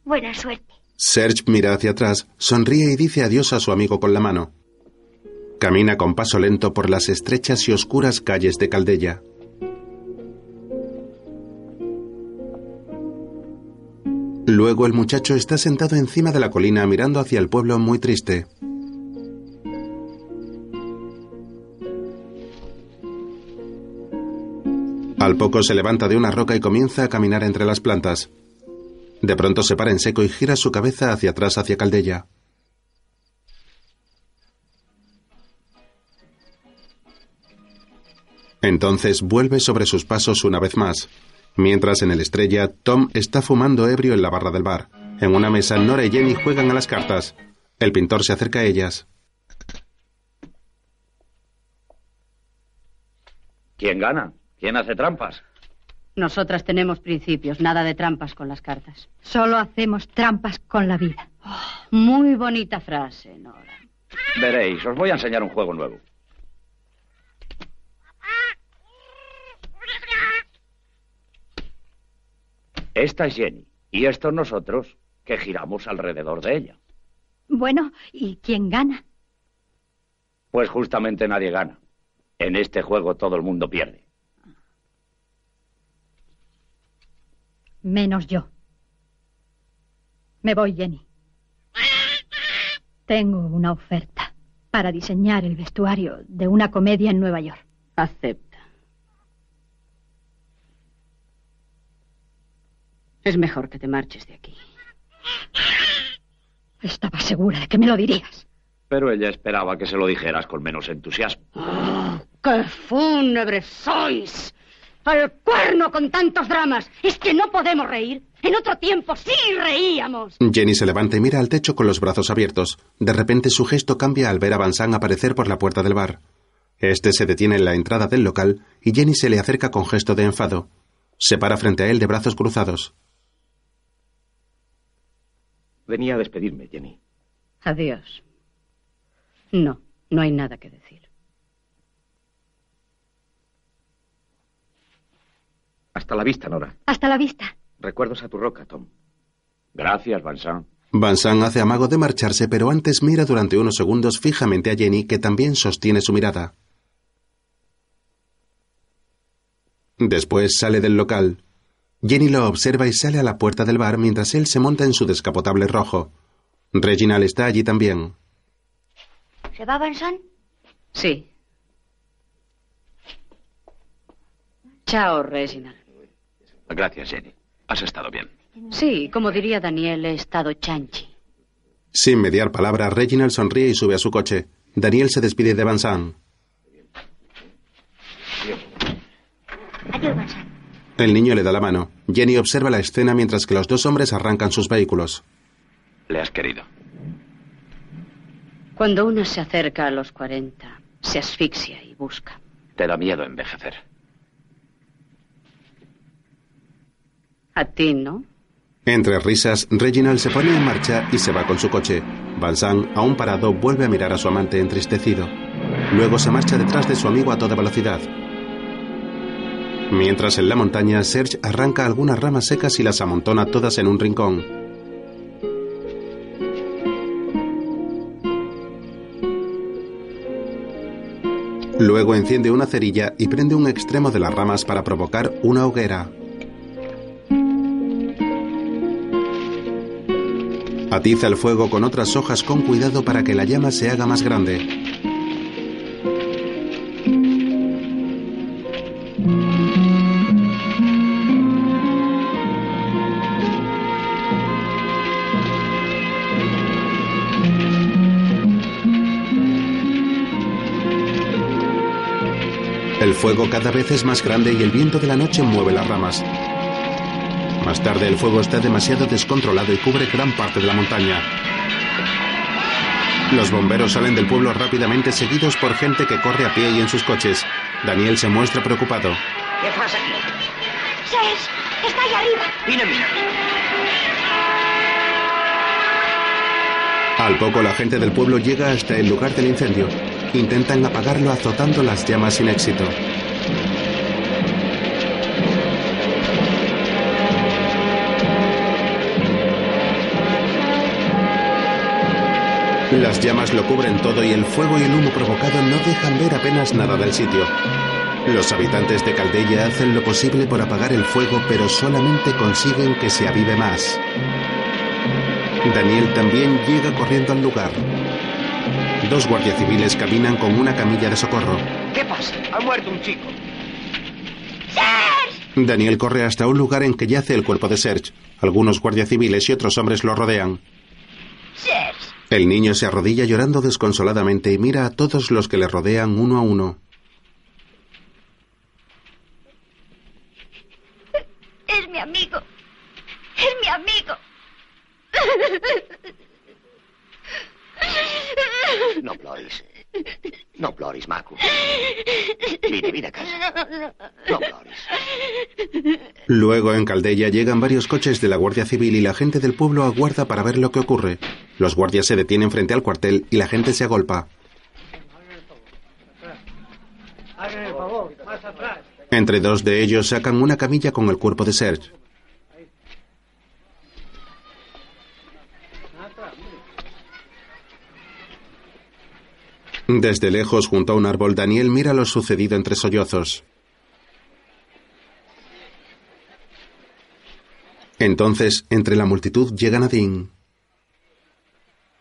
Speaker 6: Buena suerte.
Speaker 1: Serge mira hacia atrás, sonríe y dice adiós a su amigo con la mano. Camina con paso lento por las estrechas y oscuras calles de Caldella. Luego el muchacho está sentado encima de la colina mirando hacia el pueblo muy triste. Al poco se levanta de una roca y comienza a caminar entre las plantas. De pronto se para en seco y gira su cabeza hacia atrás hacia Caldella. Entonces vuelve sobre sus pasos una vez más. Mientras en el estrella, Tom está fumando ebrio en la barra del bar. En una mesa, Nora y Jenny juegan a las cartas. El pintor se acerca a ellas.
Speaker 10: ¿Quién gana? ¿Quién hace trampas?
Speaker 8: Nosotras tenemos principios, nada de trampas con las cartas. Solo hacemos trampas con la vida. Muy bonita frase, Nora.
Speaker 10: Veréis, os voy a enseñar un juego nuevo. Esta es Jenny y estos nosotros que giramos alrededor de ella.
Speaker 8: Bueno, ¿y quién gana?
Speaker 10: Pues justamente nadie gana. En este juego todo el mundo pierde.
Speaker 8: Menos yo. Me voy, Jenny. Tengo una oferta para diseñar el vestuario de una comedia en Nueva York.
Speaker 23: Acepta. Es mejor que te marches de aquí.
Speaker 8: Estaba segura de que me lo dirías.
Speaker 10: Pero ella esperaba que se lo dijeras con menos entusiasmo.
Speaker 8: ¡Oh, ¡Qué fúnebres sois! al cuerno con tantos dramas. Es que no podemos reír. En otro tiempo sí reíamos.
Speaker 1: Jenny se levanta y mira al techo con los brazos abiertos. De repente su gesto cambia al ver a Van aparecer por la puerta del bar. Este se detiene en la entrada del local y Jenny se le acerca con gesto de enfado. Se para frente a él de brazos cruzados.
Speaker 26: Venía a despedirme, Jenny.
Speaker 8: Adiós. No, no hay nada que decir.
Speaker 26: Hasta la vista, Nora.
Speaker 8: Hasta la vista.
Speaker 26: Recuerdos a tu roca, Tom.
Speaker 10: Gracias, Vansan.
Speaker 1: Vansan hace amago de marcharse, pero antes mira durante unos segundos fijamente a Jenny, que también sostiene su mirada. Después sale del local. Jenny lo observa y sale a la puerta del bar mientras él se monta en su descapotable rojo. Reginald está allí también.
Speaker 7: ¿Se va, Benson?
Speaker 8: Sí. Chao, Reginald.
Speaker 12: Gracias, Jenny. Has estado bien.
Speaker 8: Sí, como diría Daniel, he estado chanchi.
Speaker 1: Sin mediar palabra, Reginald sonríe y sube a su coche. Daniel se despide de Vincent.
Speaker 7: Adiós, Vincent.
Speaker 1: El niño le da la mano. Jenny observa la escena mientras que los dos hombres arrancan sus vehículos.
Speaker 12: Le has querido.
Speaker 8: Cuando uno se acerca a los 40, se asfixia y busca.
Speaker 12: Te da miedo envejecer.
Speaker 8: A ti, ¿no?
Speaker 1: Entre risas, Reginald se pone en marcha y se va con su coche. Balsan, aún parado, vuelve a mirar a su amante entristecido. Luego se marcha detrás de su amigo a toda velocidad. Mientras en la montaña, Serge arranca algunas ramas secas y las amontona todas en un rincón. Luego enciende una cerilla y prende un extremo de las ramas para provocar una hoguera. Atiza el fuego con otras hojas con cuidado para que la llama se haga más grande. El fuego cada vez es más grande y el viento de la noche mueve las ramas. Más tarde el fuego está demasiado descontrolado y cubre gran parte de la montaña. Los bomberos salen del pueblo rápidamente seguidos por gente que corre a pie y en sus coches. Daniel se muestra preocupado.
Speaker 17: ¿Qué pasa aquí?
Speaker 6: ¡Ses! ¡Está ahí arriba!
Speaker 17: Vine a mirar.
Speaker 1: Al poco la gente del pueblo llega hasta el lugar del incendio. Intentan apagarlo azotando las llamas sin éxito. Las llamas lo cubren todo y el fuego y el humo provocado no dejan ver apenas nada del sitio. Los habitantes de Caldeya hacen lo posible por apagar el fuego, pero solamente consiguen que se avive más. Daniel también llega corriendo al lugar. Dos guardias civiles caminan con una camilla de socorro.
Speaker 17: ¿Qué pasa? Ha muerto un chico.
Speaker 1: Daniel corre hasta un lugar en que yace el cuerpo de Serge. Algunos guardias civiles y otros hombres lo rodean.
Speaker 6: ¡Ses!
Speaker 1: El niño se arrodilla llorando desconsoladamente y mira a todos los que le rodean uno a uno.
Speaker 6: Es mi amigo. Es mi amigo.
Speaker 17: No ploris. No ploris, Macu. Vine, vine a casa. No ploris.
Speaker 1: Luego en Caldeya llegan varios coches de la Guardia Civil y la gente del pueblo aguarda para ver lo que ocurre. Los guardias se detienen frente al cuartel y la gente se agolpa.
Speaker 5: Hagan el favor, más atrás.
Speaker 1: Entre dos de ellos sacan una camilla con el cuerpo de Serge. Desde lejos, junto a un árbol, Daniel mira lo sucedido entre sollozos. Entonces, entre la multitud llega Nadine.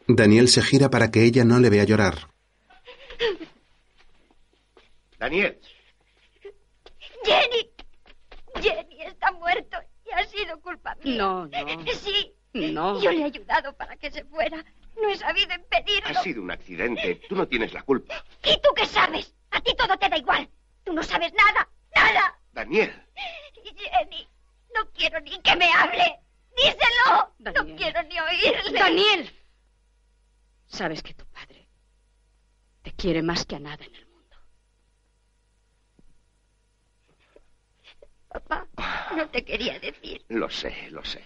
Speaker 1: Daniel se gira para que ella no le vea llorar.
Speaker 4: Daniel,
Speaker 6: Jenny. Jenny está muerto y ha sido culpa mía.
Speaker 8: No, no.
Speaker 6: Sí.
Speaker 8: No.
Speaker 6: Yo le he ayudado para que se fuera. No he sabido impedirlo.
Speaker 4: ha sido un accidente. Tú no tienes la culpa.
Speaker 6: ¿Y tú qué sabes? A ti todo te da igual. Tú no sabes nada, nada.
Speaker 4: Daniel,
Speaker 6: Jenny, no quiero ni que me hable. Díselo. No quiero ni oírle.
Speaker 8: Daniel. Sabes que tu padre te quiere más que a nada en el mundo.
Speaker 6: Papá, no te quería decir.
Speaker 4: lo sé, lo sé.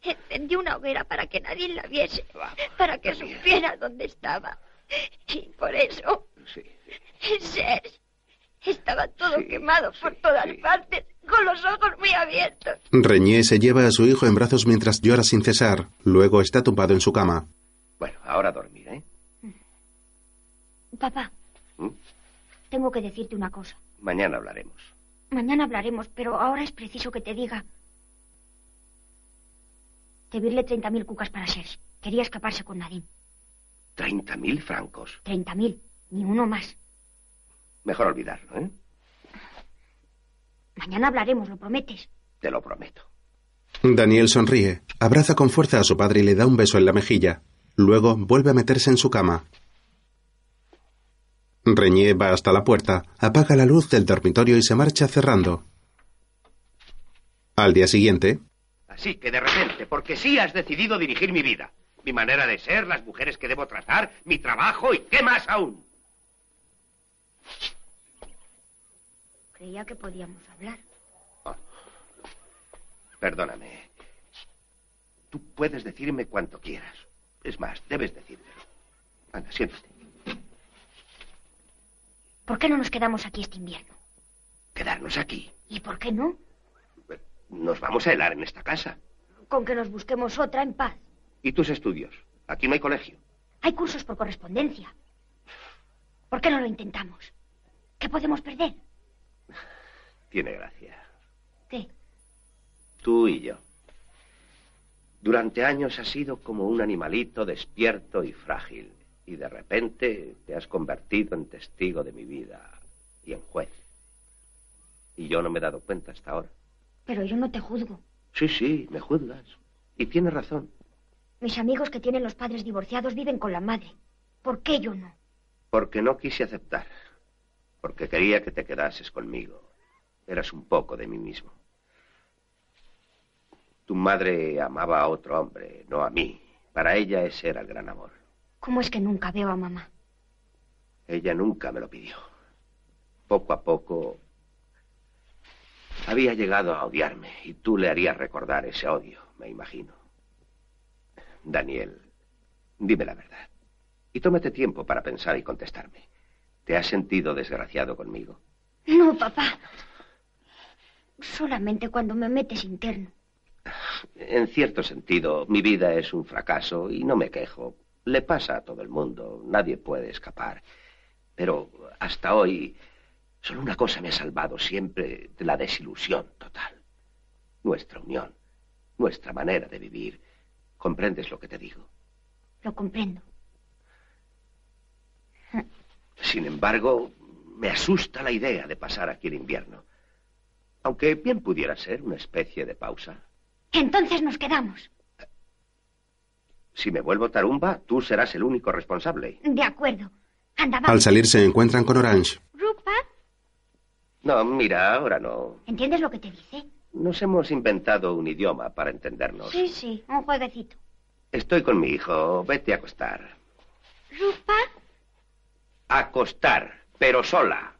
Speaker 6: Encendí una hoguera para que nadie la viese, para que supiera dónde estaba. Y por eso... Serge, estaba todo quemado por todas partes, con los ojos muy abiertos.
Speaker 1: Reñé se lleva a su hijo en brazos mientras llora sin cesar. Luego está tumbado en su cama.
Speaker 4: Bueno, ahora a dormir, ¿eh?
Speaker 7: Papá,
Speaker 4: ¿Mm?
Speaker 7: tengo que decirte una cosa.
Speaker 4: Mañana hablaremos.
Speaker 7: Mañana hablaremos, pero ahora es preciso que te diga. Debirle 30.000 cucas para Serge. Quería escaparse con Nadine.
Speaker 4: Treinta mil francos.
Speaker 7: 30.000, ni uno más.
Speaker 4: Mejor olvidarlo, ¿eh?
Speaker 7: Mañana hablaremos, lo prometes.
Speaker 4: Te lo prometo.
Speaker 1: Daniel sonríe, abraza con fuerza a su padre y le da un beso en la mejilla. Luego vuelve a meterse en su cama. Reñé va hasta la puerta, apaga la luz del dormitorio y se marcha cerrando. Al día siguiente,
Speaker 4: Así que de repente, porque sí has decidido dirigir mi vida, mi manera de ser, las mujeres que debo tratar, mi trabajo y qué más aún.
Speaker 7: Creía que podíamos hablar.
Speaker 4: Perdóname. Tú puedes decirme cuanto quieras. Es más, debes decírmelo. Anda, siéntate.
Speaker 7: ¿Por qué no nos quedamos aquí este invierno?
Speaker 4: Quedarnos aquí.
Speaker 7: ¿Y por qué no?
Speaker 4: Nos vamos a helar en esta casa.
Speaker 7: Con que nos busquemos otra en paz.
Speaker 4: ¿Y tus estudios? Aquí no hay colegio.
Speaker 7: Hay cursos por correspondencia. ¿Por qué no lo intentamos? ¿Qué podemos perder?
Speaker 4: Tiene gracia.
Speaker 7: ¿Qué?
Speaker 4: Tú y yo. Durante años has sido como un animalito despierto y frágil. Y de repente te has convertido en testigo de mi vida y en juez. Y yo no me he dado cuenta hasta ahora.
Speaker 7: Pero yo no te juzgo.
Speaker 4: Sí, sí, me juzgas. Y tienes razón.
Speaker 7: Mis amigos que tienen los padres divorciados viven con la madre. ¿Por qué yo no?
Speaker 4: Porque no quise aceptar. Porque quería que te quedases conmigo. Eras un poco de mí mismo. Tu madre amaba a otro hombre, no a mí. Para ella ese era el gran amor.
Speaker 7: ¿Cómo es que nunca veo a mamá?
Speaker 4: Ella nunca me lo pidió. Poco a poco había llegado a odiarme y tú le harías recordar ese odio, me imagino. Daniel, dime la verdad. Y tómate tiempo para pensar y contestarme. ¿Te has sentido desgraciado conmigo?
Speaker 7: No, papá. Solamente cuando me metes interno.
Speaker 4: En cierto sentido, mi vida es un fracaso y no me quejo. Le pasa a todo el mundo, nadie puede escapar. Pero hasta hoy Solo una cosa me ha salvado siempre de la desilusión total. Nuestra unión, nuestra manera de vivir. ¿Comprendes lo que te digo?
Speaker 7: Lo comprendo.
Speaker 4: Sin embargo, me asusta la idea de pasar aquí el invierno. Aunque bien pudiera ser una especie de pausa.
Speaker 7: Entonces nos quedamos.
Speaker 4: Si me vuelvo tarumba, tú serás el único responsable.
Speaker 7: De acuerdo. Anda,
Speaker 1: al
Speaker 7: vamos.
Speaker 1: salir se encuentran con Orange.
Speaker 7: Rupa,
Speaker 4: No, mira, ahora no.
Speaker 7: ¿entiendes lo que te dice?
Speaker 4: Nos hemos inventado un idioma para entendernos.
Speaker 7: Sí, sí, un jueguecito.
Speaker 4: Estoy con mi hijo. Vete a acostar.
Speaker 7: Rupa,
Speaker 4: Acostar, pero sola.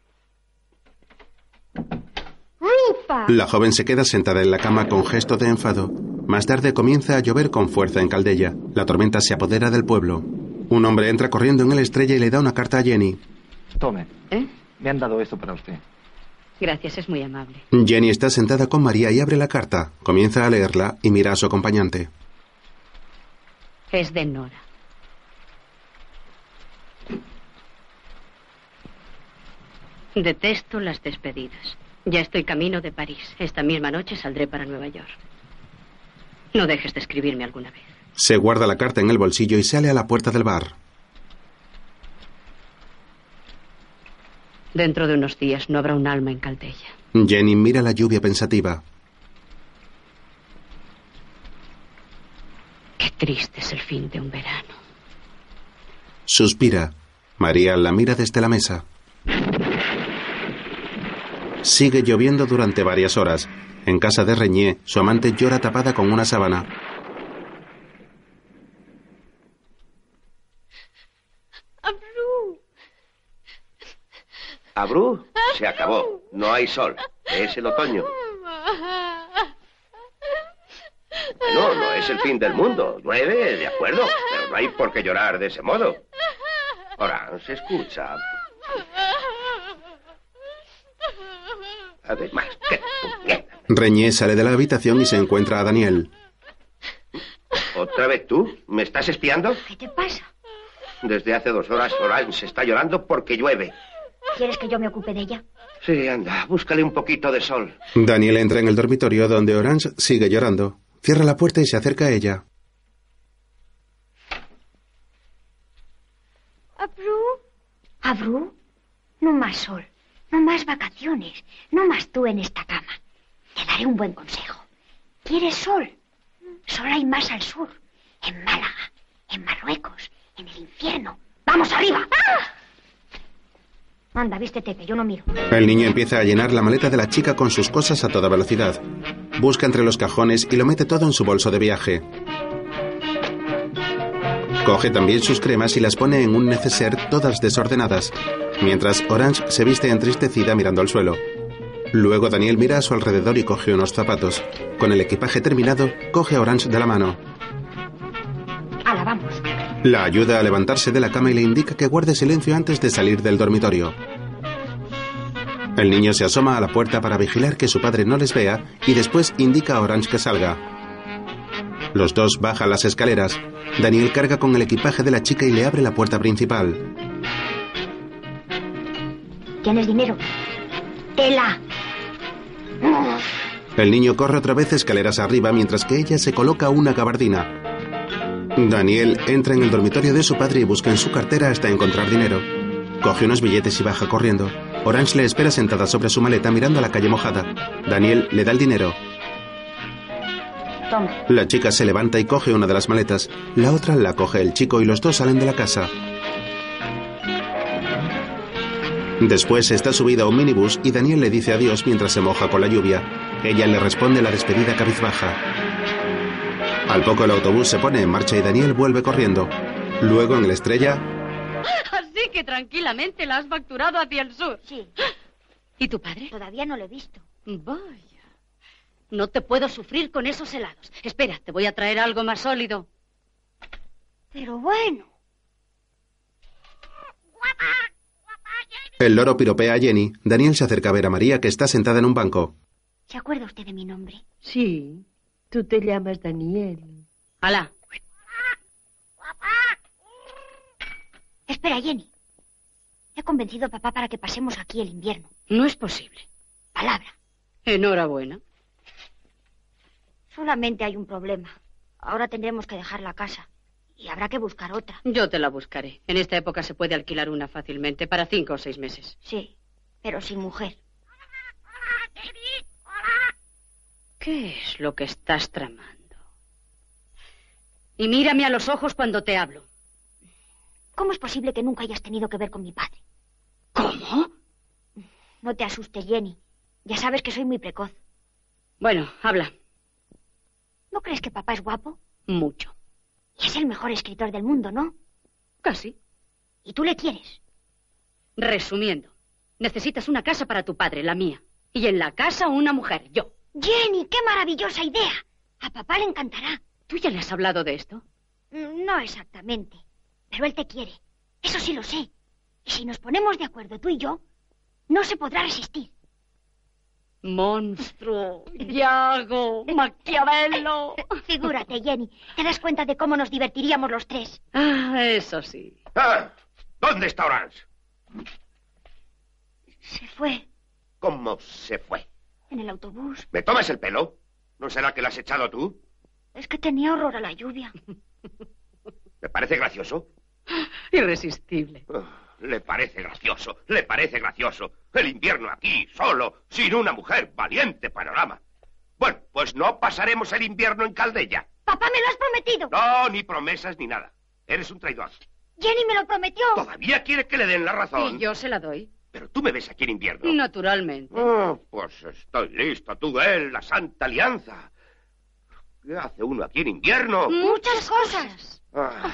Speaker 22: Rupa.
Speaker 1: La joven se queda sentada en la cama con gesto de enfado. Más tarde comienza a llover con fuerza en Caldeya. La tormenta se apodera del pueblo. Un hombre entra corriendo en el estrella y le da una carta a Jenny.
Speaker 27: Tome.
Speaker 8: ¿Eh?
Speaker 27: Me han dado esto para usted.
Speaker 8: Gracias, es muy amable.
Speaker 1: Jenny está sentada con María y abre la carta. Comienza a leerla y mira a su acompañante.
Speaker 8: Es de Nora. Detesto las despedidas. Ya estoy camino de París. Esta misma noche saldré para Nueva York. No dejes de escribirme alguna vez.
Speaker 1: Se guarda la carta en el bolsillo y sale a la puerta del bar.
Speaker 8: Dentro de unos días no habrá un alma en Caltella.
Speaker 1: Jenny mira la lluvia pensativa.
Speaker 8: Qué triste es el fin de un verano.
Speaker 1: Suspira. María la mira desde la mesa. Sigue lloviendo durante varias horas. En casa de Reñé, su amante llora tapada con una sábana.
Speaker 11: Abrú.
Speaker 4: Abrú, se acabó. No hay sol. Es el otoño. No, no es el fin del mundo. Llueve, de acuerdo, pero no hay por qué llorar de ese modo. Orange, escucha. Además, ¿qué?
Speaker 1: Reñé sale de la habitación y se encuentra a Daniel.
Speaker 4: ¿otra vez tú? ¿Me estás espiando?
Speaker 7: ¿qué te pasa?
Speaker 4: Desde hace dos horas Orange está llorando porque llueve.
Speaker 7: ¿Quieres que yo me ocupe de ella?
Speaker 4: Sí, anda, búscale un poquito de sol.
Speaker 1: Daniel entra en el dormitorio donde Orange sigue llorando. Cierra la puerta y se acerca a ella.
Speaker 7: Abru. Abru, no más sol, no más vacaciones, no más tú en esta cama. Te daré un buen consejo. ¿Quieres sol? Sol hay más al sur, en Málaga, en Marruecos, en el infierno. ¡Vamos arriba! Ah. Anda, vístete, que yo no miro.
Speaker 1: El niño empieza a llenar la maleta de la chica con sus cosas a toda velocidad. Busca entre los cajones y lo mete todo en su bolso de viaje. Coge también sus cremas y las pone en un neceser todas desordenadas, mientras Orange se viste entristecida mirando al suelo. Luego Daniel mira a su alrededor y coge unos zapatos. Con el equipaje terminado, coge a Orange de la mano.
Speaker 7: Ala, vamos.
Speaker 1: La ayuda a levantarse de la cama y le indica que guarde silencio antes de salir del dormitorio. El niño se asoma a la puerta para vigilar que su padre no les vea y después indica a Orange que salga. Los dos bajan las escaleras. Daniel carga con el equipaje de la chica y le abre la puerta principal.
Speaker 7: ¿Tienes dinero? Tela. Uf.
Speaker 1: El niño corre otra vez escaleras arriba mientras que ella se coloca una gabardina. Daniel entra en el dormitorio de su padre y busca en su cartera hasta encontrar dinero. Coge unos billetes y baja corriendo. Orange le espera sentada sobre su maleta mirando a la calle mojada. Daniel le da el dinero.
Speaker 7: Toma.
Speaker 1: La chica se levanta y coge una de las maletas. La otra la coge el chico y los dos salen de la casa. Después está subida a un minibús y Daniel le dice adiós mientras se moja con la lluvia. Ella le responde la despedida cabizbaja. Al poco el autobús se pone en marcha y Daniel vuelve corriendo. Luego en la estrella,
Speaker 8: Así que tranquilamente la has facturado hacia el sur. Sí. ¿Y tu padre?
Speaker 7: Todavía no lo he visto.
Speaker 8: Vaya. No te puedo sufrir con esos helados. Espera, te voy a traer algo más sólido.
Speaker 7: Pero bueno.
Speaker 1: el loro piropea a Jenny. Daniel se acerca a ver a María que está sentada en un banco.
Speaker 7: ¿Se acuerda usted de mi nombre?
Speaker 28: Sí, tú te llamas Daniel.
Speaker 8: ¡Hala!
Speaker 7: Espera, Jenny. He convencido a papá para que pasemos aquí el invierno.
Speaker 8: No es posible.
Speaker 7: Palabra.
Speaker 8: Enhorabuena.
Speaker 7: Solamente hay un problema. Ahora tendremos que dejar la casa. Y habrá que buscar otra.
Speaker 8: Yo te la buscaré. En esta época se puede alquilar una fácilmente para cinco o seis meses.
Speaker 7: Sí, pero sin mujer.
Speaker 8: ¿Qué es lo que estás tramando? Y mírame a los ojos cuando te hablo.
Speaker 7: ¿Cómo es posible que nunca hayas tenido que ver con mi padre?
Speaker 8: ¿Cómo?
Speaker 7: No te asustes, Jenny. Ya sabes que soy muy precoz.
Speaker 8: Bueno, habla.
Speaker 7: ¿No crees que papá es guapo?
Speaker 8: Mucho.
Speaker 7: Y es el mejor escritor del mundo, ¿no?
Speaker 8: Casi.
Speaker 7: ¿Y tú le quieres?
Speaker 8: Resumiendo, necesitas una casa para tu padre, la mía. Y en la casa una mujer, yo.
Speaker 7: Jenny, qué maravillosa idea. A papá le encantará. Mm,
Speaker 8: ¿Tú ya le has hablado de esto?
Speaker 7: No exactamente. Pero él te quiere. Eso sí lo sé. Y si nos ponemos de acuerdo tú y yo, no se podrá resistir.
Speaker 8: <laughs> Monstruo, Iago, Maquiavelo.
Speaker 7: Figúrate, Jenny. ¿Te das cuenta de cómo nos divertiríamos los tres?
Speaker 8: Ah, eso sí.
Speaker 4: ¡Ah! ¿Dónde está Orange?
Speaker 7: Se fue
Speaker 4: ¿Cómo se fue?
Speaker 7: en el autobús.
Speaker 4: ¿Me tomas el pelo? ¿No será que lo has echado tú?
Speaker 7: Es que tenía horror a la lluvia.
Speaker 4: ¿Le parece gracioso?
Speaker 8: Irresistible.
Speaker 4: Oh. Le parece gracioso, le parece gracioso. El invierno aquí, solo, sin una mujer, valiente panorama. Bueno, pues no pasaremos el invierno en Caldeya.
Speaker 7: Papá, me lo has prometido.
Speaker 4: No, ni promesas ni nada. Eres un traidor.
Speaker 7: Jenny me lo prometió.
Speaker 4: Todavía quiere que le den la razón.
Speaker 8: Y yo se la doy.
Speaker 4: Pero tú me ves aquí en invierno.
Speaker 8: Naturalmente.
Speaker 4: Ah, pues estoy listo, tú, él, la Santa Alianza. ¿Qué hace uno aquí en invierno?
Speaker 7: Muchas cosas.
Speaker 4: Ah,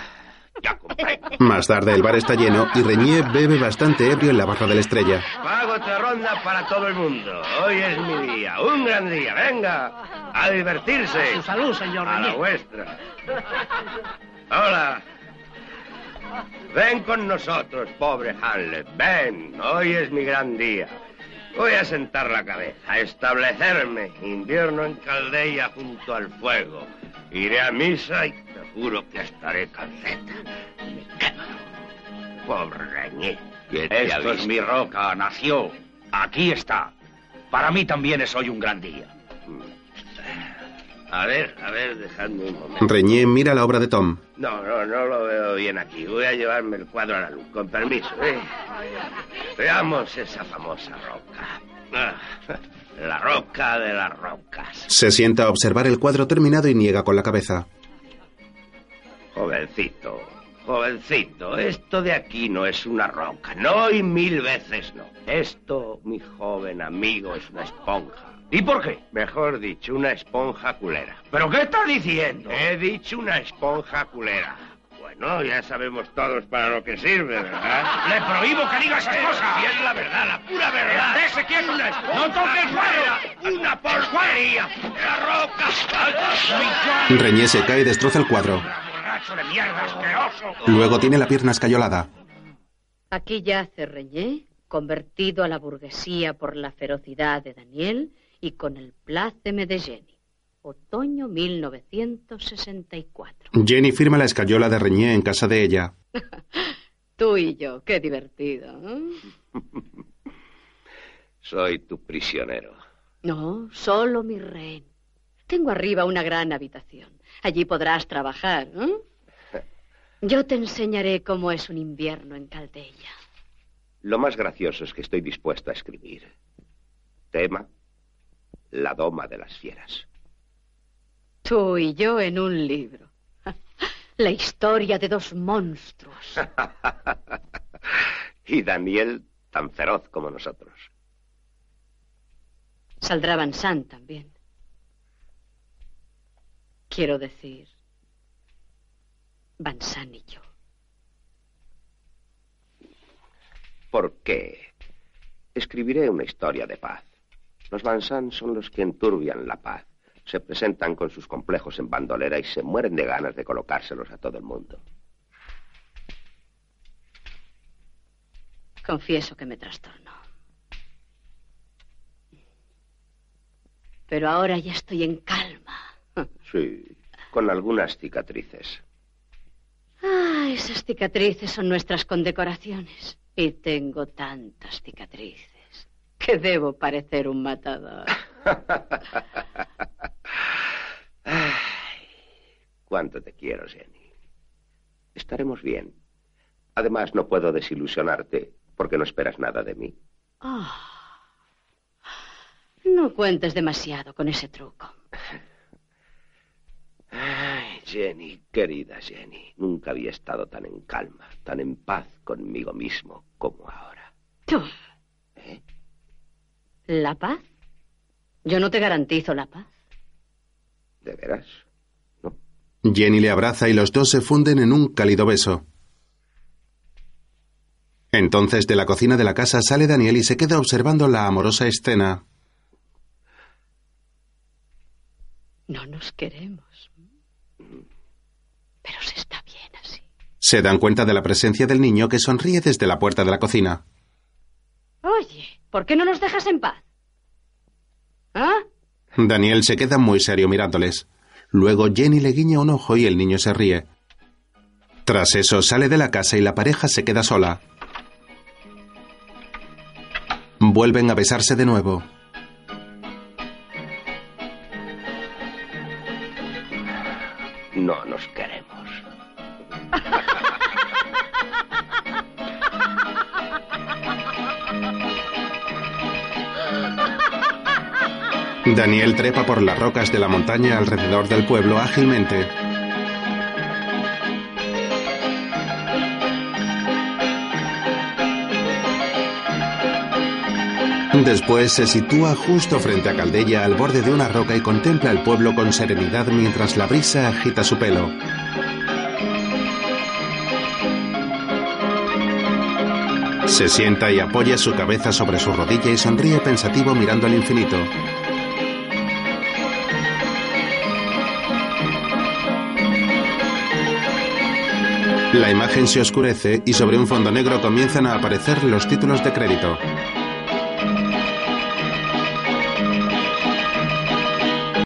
Speaker 4: ya comprendo.
Speaker 1: Más tarde el bar está lleno y Reñé bebe bastante ebrio en la barra de la estrella.
Speaker 29: Pago otra ronda para todo el mundo. Hoy es mi día, un gran día. Venga, a divertirse.
Speaker 19: su salud, señor.
Speaker 29: A la
Speaker 19: Reñé.
Speaker 29: vuestra. Hola. Ven con nosotros, pobre Hamlet. Ven, hoy es mi gran día. Voy a sentar la cabeza, a establecerme. Invierno en Caldeia junto al fuego. Iré a misa y te juro que estaré calceta. Me quemo. Pobre Reñé.
Speaker 10: ¿Quién te ha
Speaker 29: Esto es
Speaker 10: visto?
Speaker 29: mi roca,
Speaker 10: nació. Aquí está. Para mí también es hoy un gran día.
Speaker 4: A ver, a ver, dejadme un momento.
Speaker 1: Reñé mira la obra de Tom.
Speaker 4: No, no, no lo veo bien aquí. Voy a llevarme el cuadro a la luz, con permiso, ¿eh? Veamos esa famosa roca. Ah, La roca de las rocas.
Speaker 1: Se sienta a observar el cuadro terminado y niega con la cabeza.
Speaker 4: Jovencito, jovencito, esto de aquí no es una roca, no y mil veces no. Esto, mi joven amigo, es una esponja.
Speaker 10: ¿Y por qué?
Speaker 4: Mejor dicho, una esponja culera.
Speaker 10: ¿Pero qué estás diciendo?
Speaker 4: He dicho una esponja culera. Bueno, ya sabemos todos para lo que sirve, ¿verdad? <laughs>
Speaker 10: ¡Le prohíbo que diga esas
Speaker 4: Pero
Speaker 10: cosas!
Speaker 4: si es la verdad, la pura verdad.
Speaker 10: ¡Déjese quieto!
Speaker 4: Una
Speaker 10: ¡No toque el
Speaker 4: esponja
Speaker 10: cuadro! ¡Una porquería! ¡La roca! ¡Mi cuadro!
Speaker 1: Reñé se cae y destroza el cuadro.
Speaker 10: ¡Borracho de mierda, asqueroso!
Speaker 1: Luego tiene la pierna escayolada.
Speaker 8: Aquí yace Reñé, convertido a la burguesía por la ferocidad de Daniel y con el pláceme de Jenny. Otoño 1964.
Speaker 1: Jenny firma la escayola de Reñé en casa de ella.
Speaker 8: Tú y yo, qué divertido. ¿eh?
Speaker 4: Soy tu prisionero.
Speaker 8: No, solo mi rehén. Tengo arriba una gran habitación. Allí podrás trabajar. ¿eh? Yo te enseñaré cómo es un invierno en Caldeya.
Speaker 4: Lo más gracioso es que estoy dispuesto a escribir. Tema, la doma de las fieras.
Speaker 8: Tú y yo en un libro. <laughs> La historia de dos monstruos.
Speaker 4: Y Daniel, tan feroz como nosotros.
Speaker 8: Saldrá Van Sant también. Quiero decir, Van Sant y yo.
Speaker 4: ¿Por qué? Escribiré una historia de paz. Los Van Sant son los que enturbian la paz. Se presentan con sus complejos en bandolera y se mueren de ganas de colocárselos a todo el mundo.
Speaker 8: Confieso que me trastorno. Pero ahora ya estoy en calma.
Speaker 4: Sí, con algunas cicatrices.
Speaker 8: Ah, esas cicatrices son nuestras condecoraciones. Y tengo tantas cicatrices que debo parecer un matador.
Speaker 4: Cuánto te quiero, Jenny. Estaremos bien. Además, no puedo desilusionarte porque no esperas nada de mí.
Speaker 8: Ah. No cuentes demasiado con ese truco.
Speaker 4: Ay, Jenny, querida Jenny, nunca había estado tan en calma, tan en paz conmigo mismo como ahora.
Speaker 8: Tú. ¿La paz? Yo no te garantizo la paz.
Speaker 4: ¿De veras?
Speaker 1: Jenny le abraza y los dos se funden en un cálido beso. Entonces de la cocina de la casa sale Daniel y se queda observando la amorosa escena.
Speaker 8: No nos queremos. Pero se está bien así.
Speaker 1: Se dan cuenta de la presencia del niño que sonríe desde la puerta de la cocina.
Speaker 8: Oye, ¿por qué no nos dejas en paz? ¿Ah?
Speaker 1: Daniel se queda muy serio mirándoles. Luego Jenny le guiña un ojo y el niño se ríe. Tras eso sale de la casa y la pareja se queda sola. Vuelven a besarse de nuevo.
Speaker 4: No nos queremos.
Speaker 1: Daniel trepa por las rocas de la montaña alrededor del pueblo ágilmente. Después se sitúa justo frente a Caldella al borde de una roca y contempla el pueblo con serenidad mientras la brisa agita su pelo. Se sienta y apoya su cabeza sobre su rodilla y sonríe pensativo mirando al infinito. La imagen se oscurece y sobre un fondo negro comienzan a aparecer los títulos de crédito.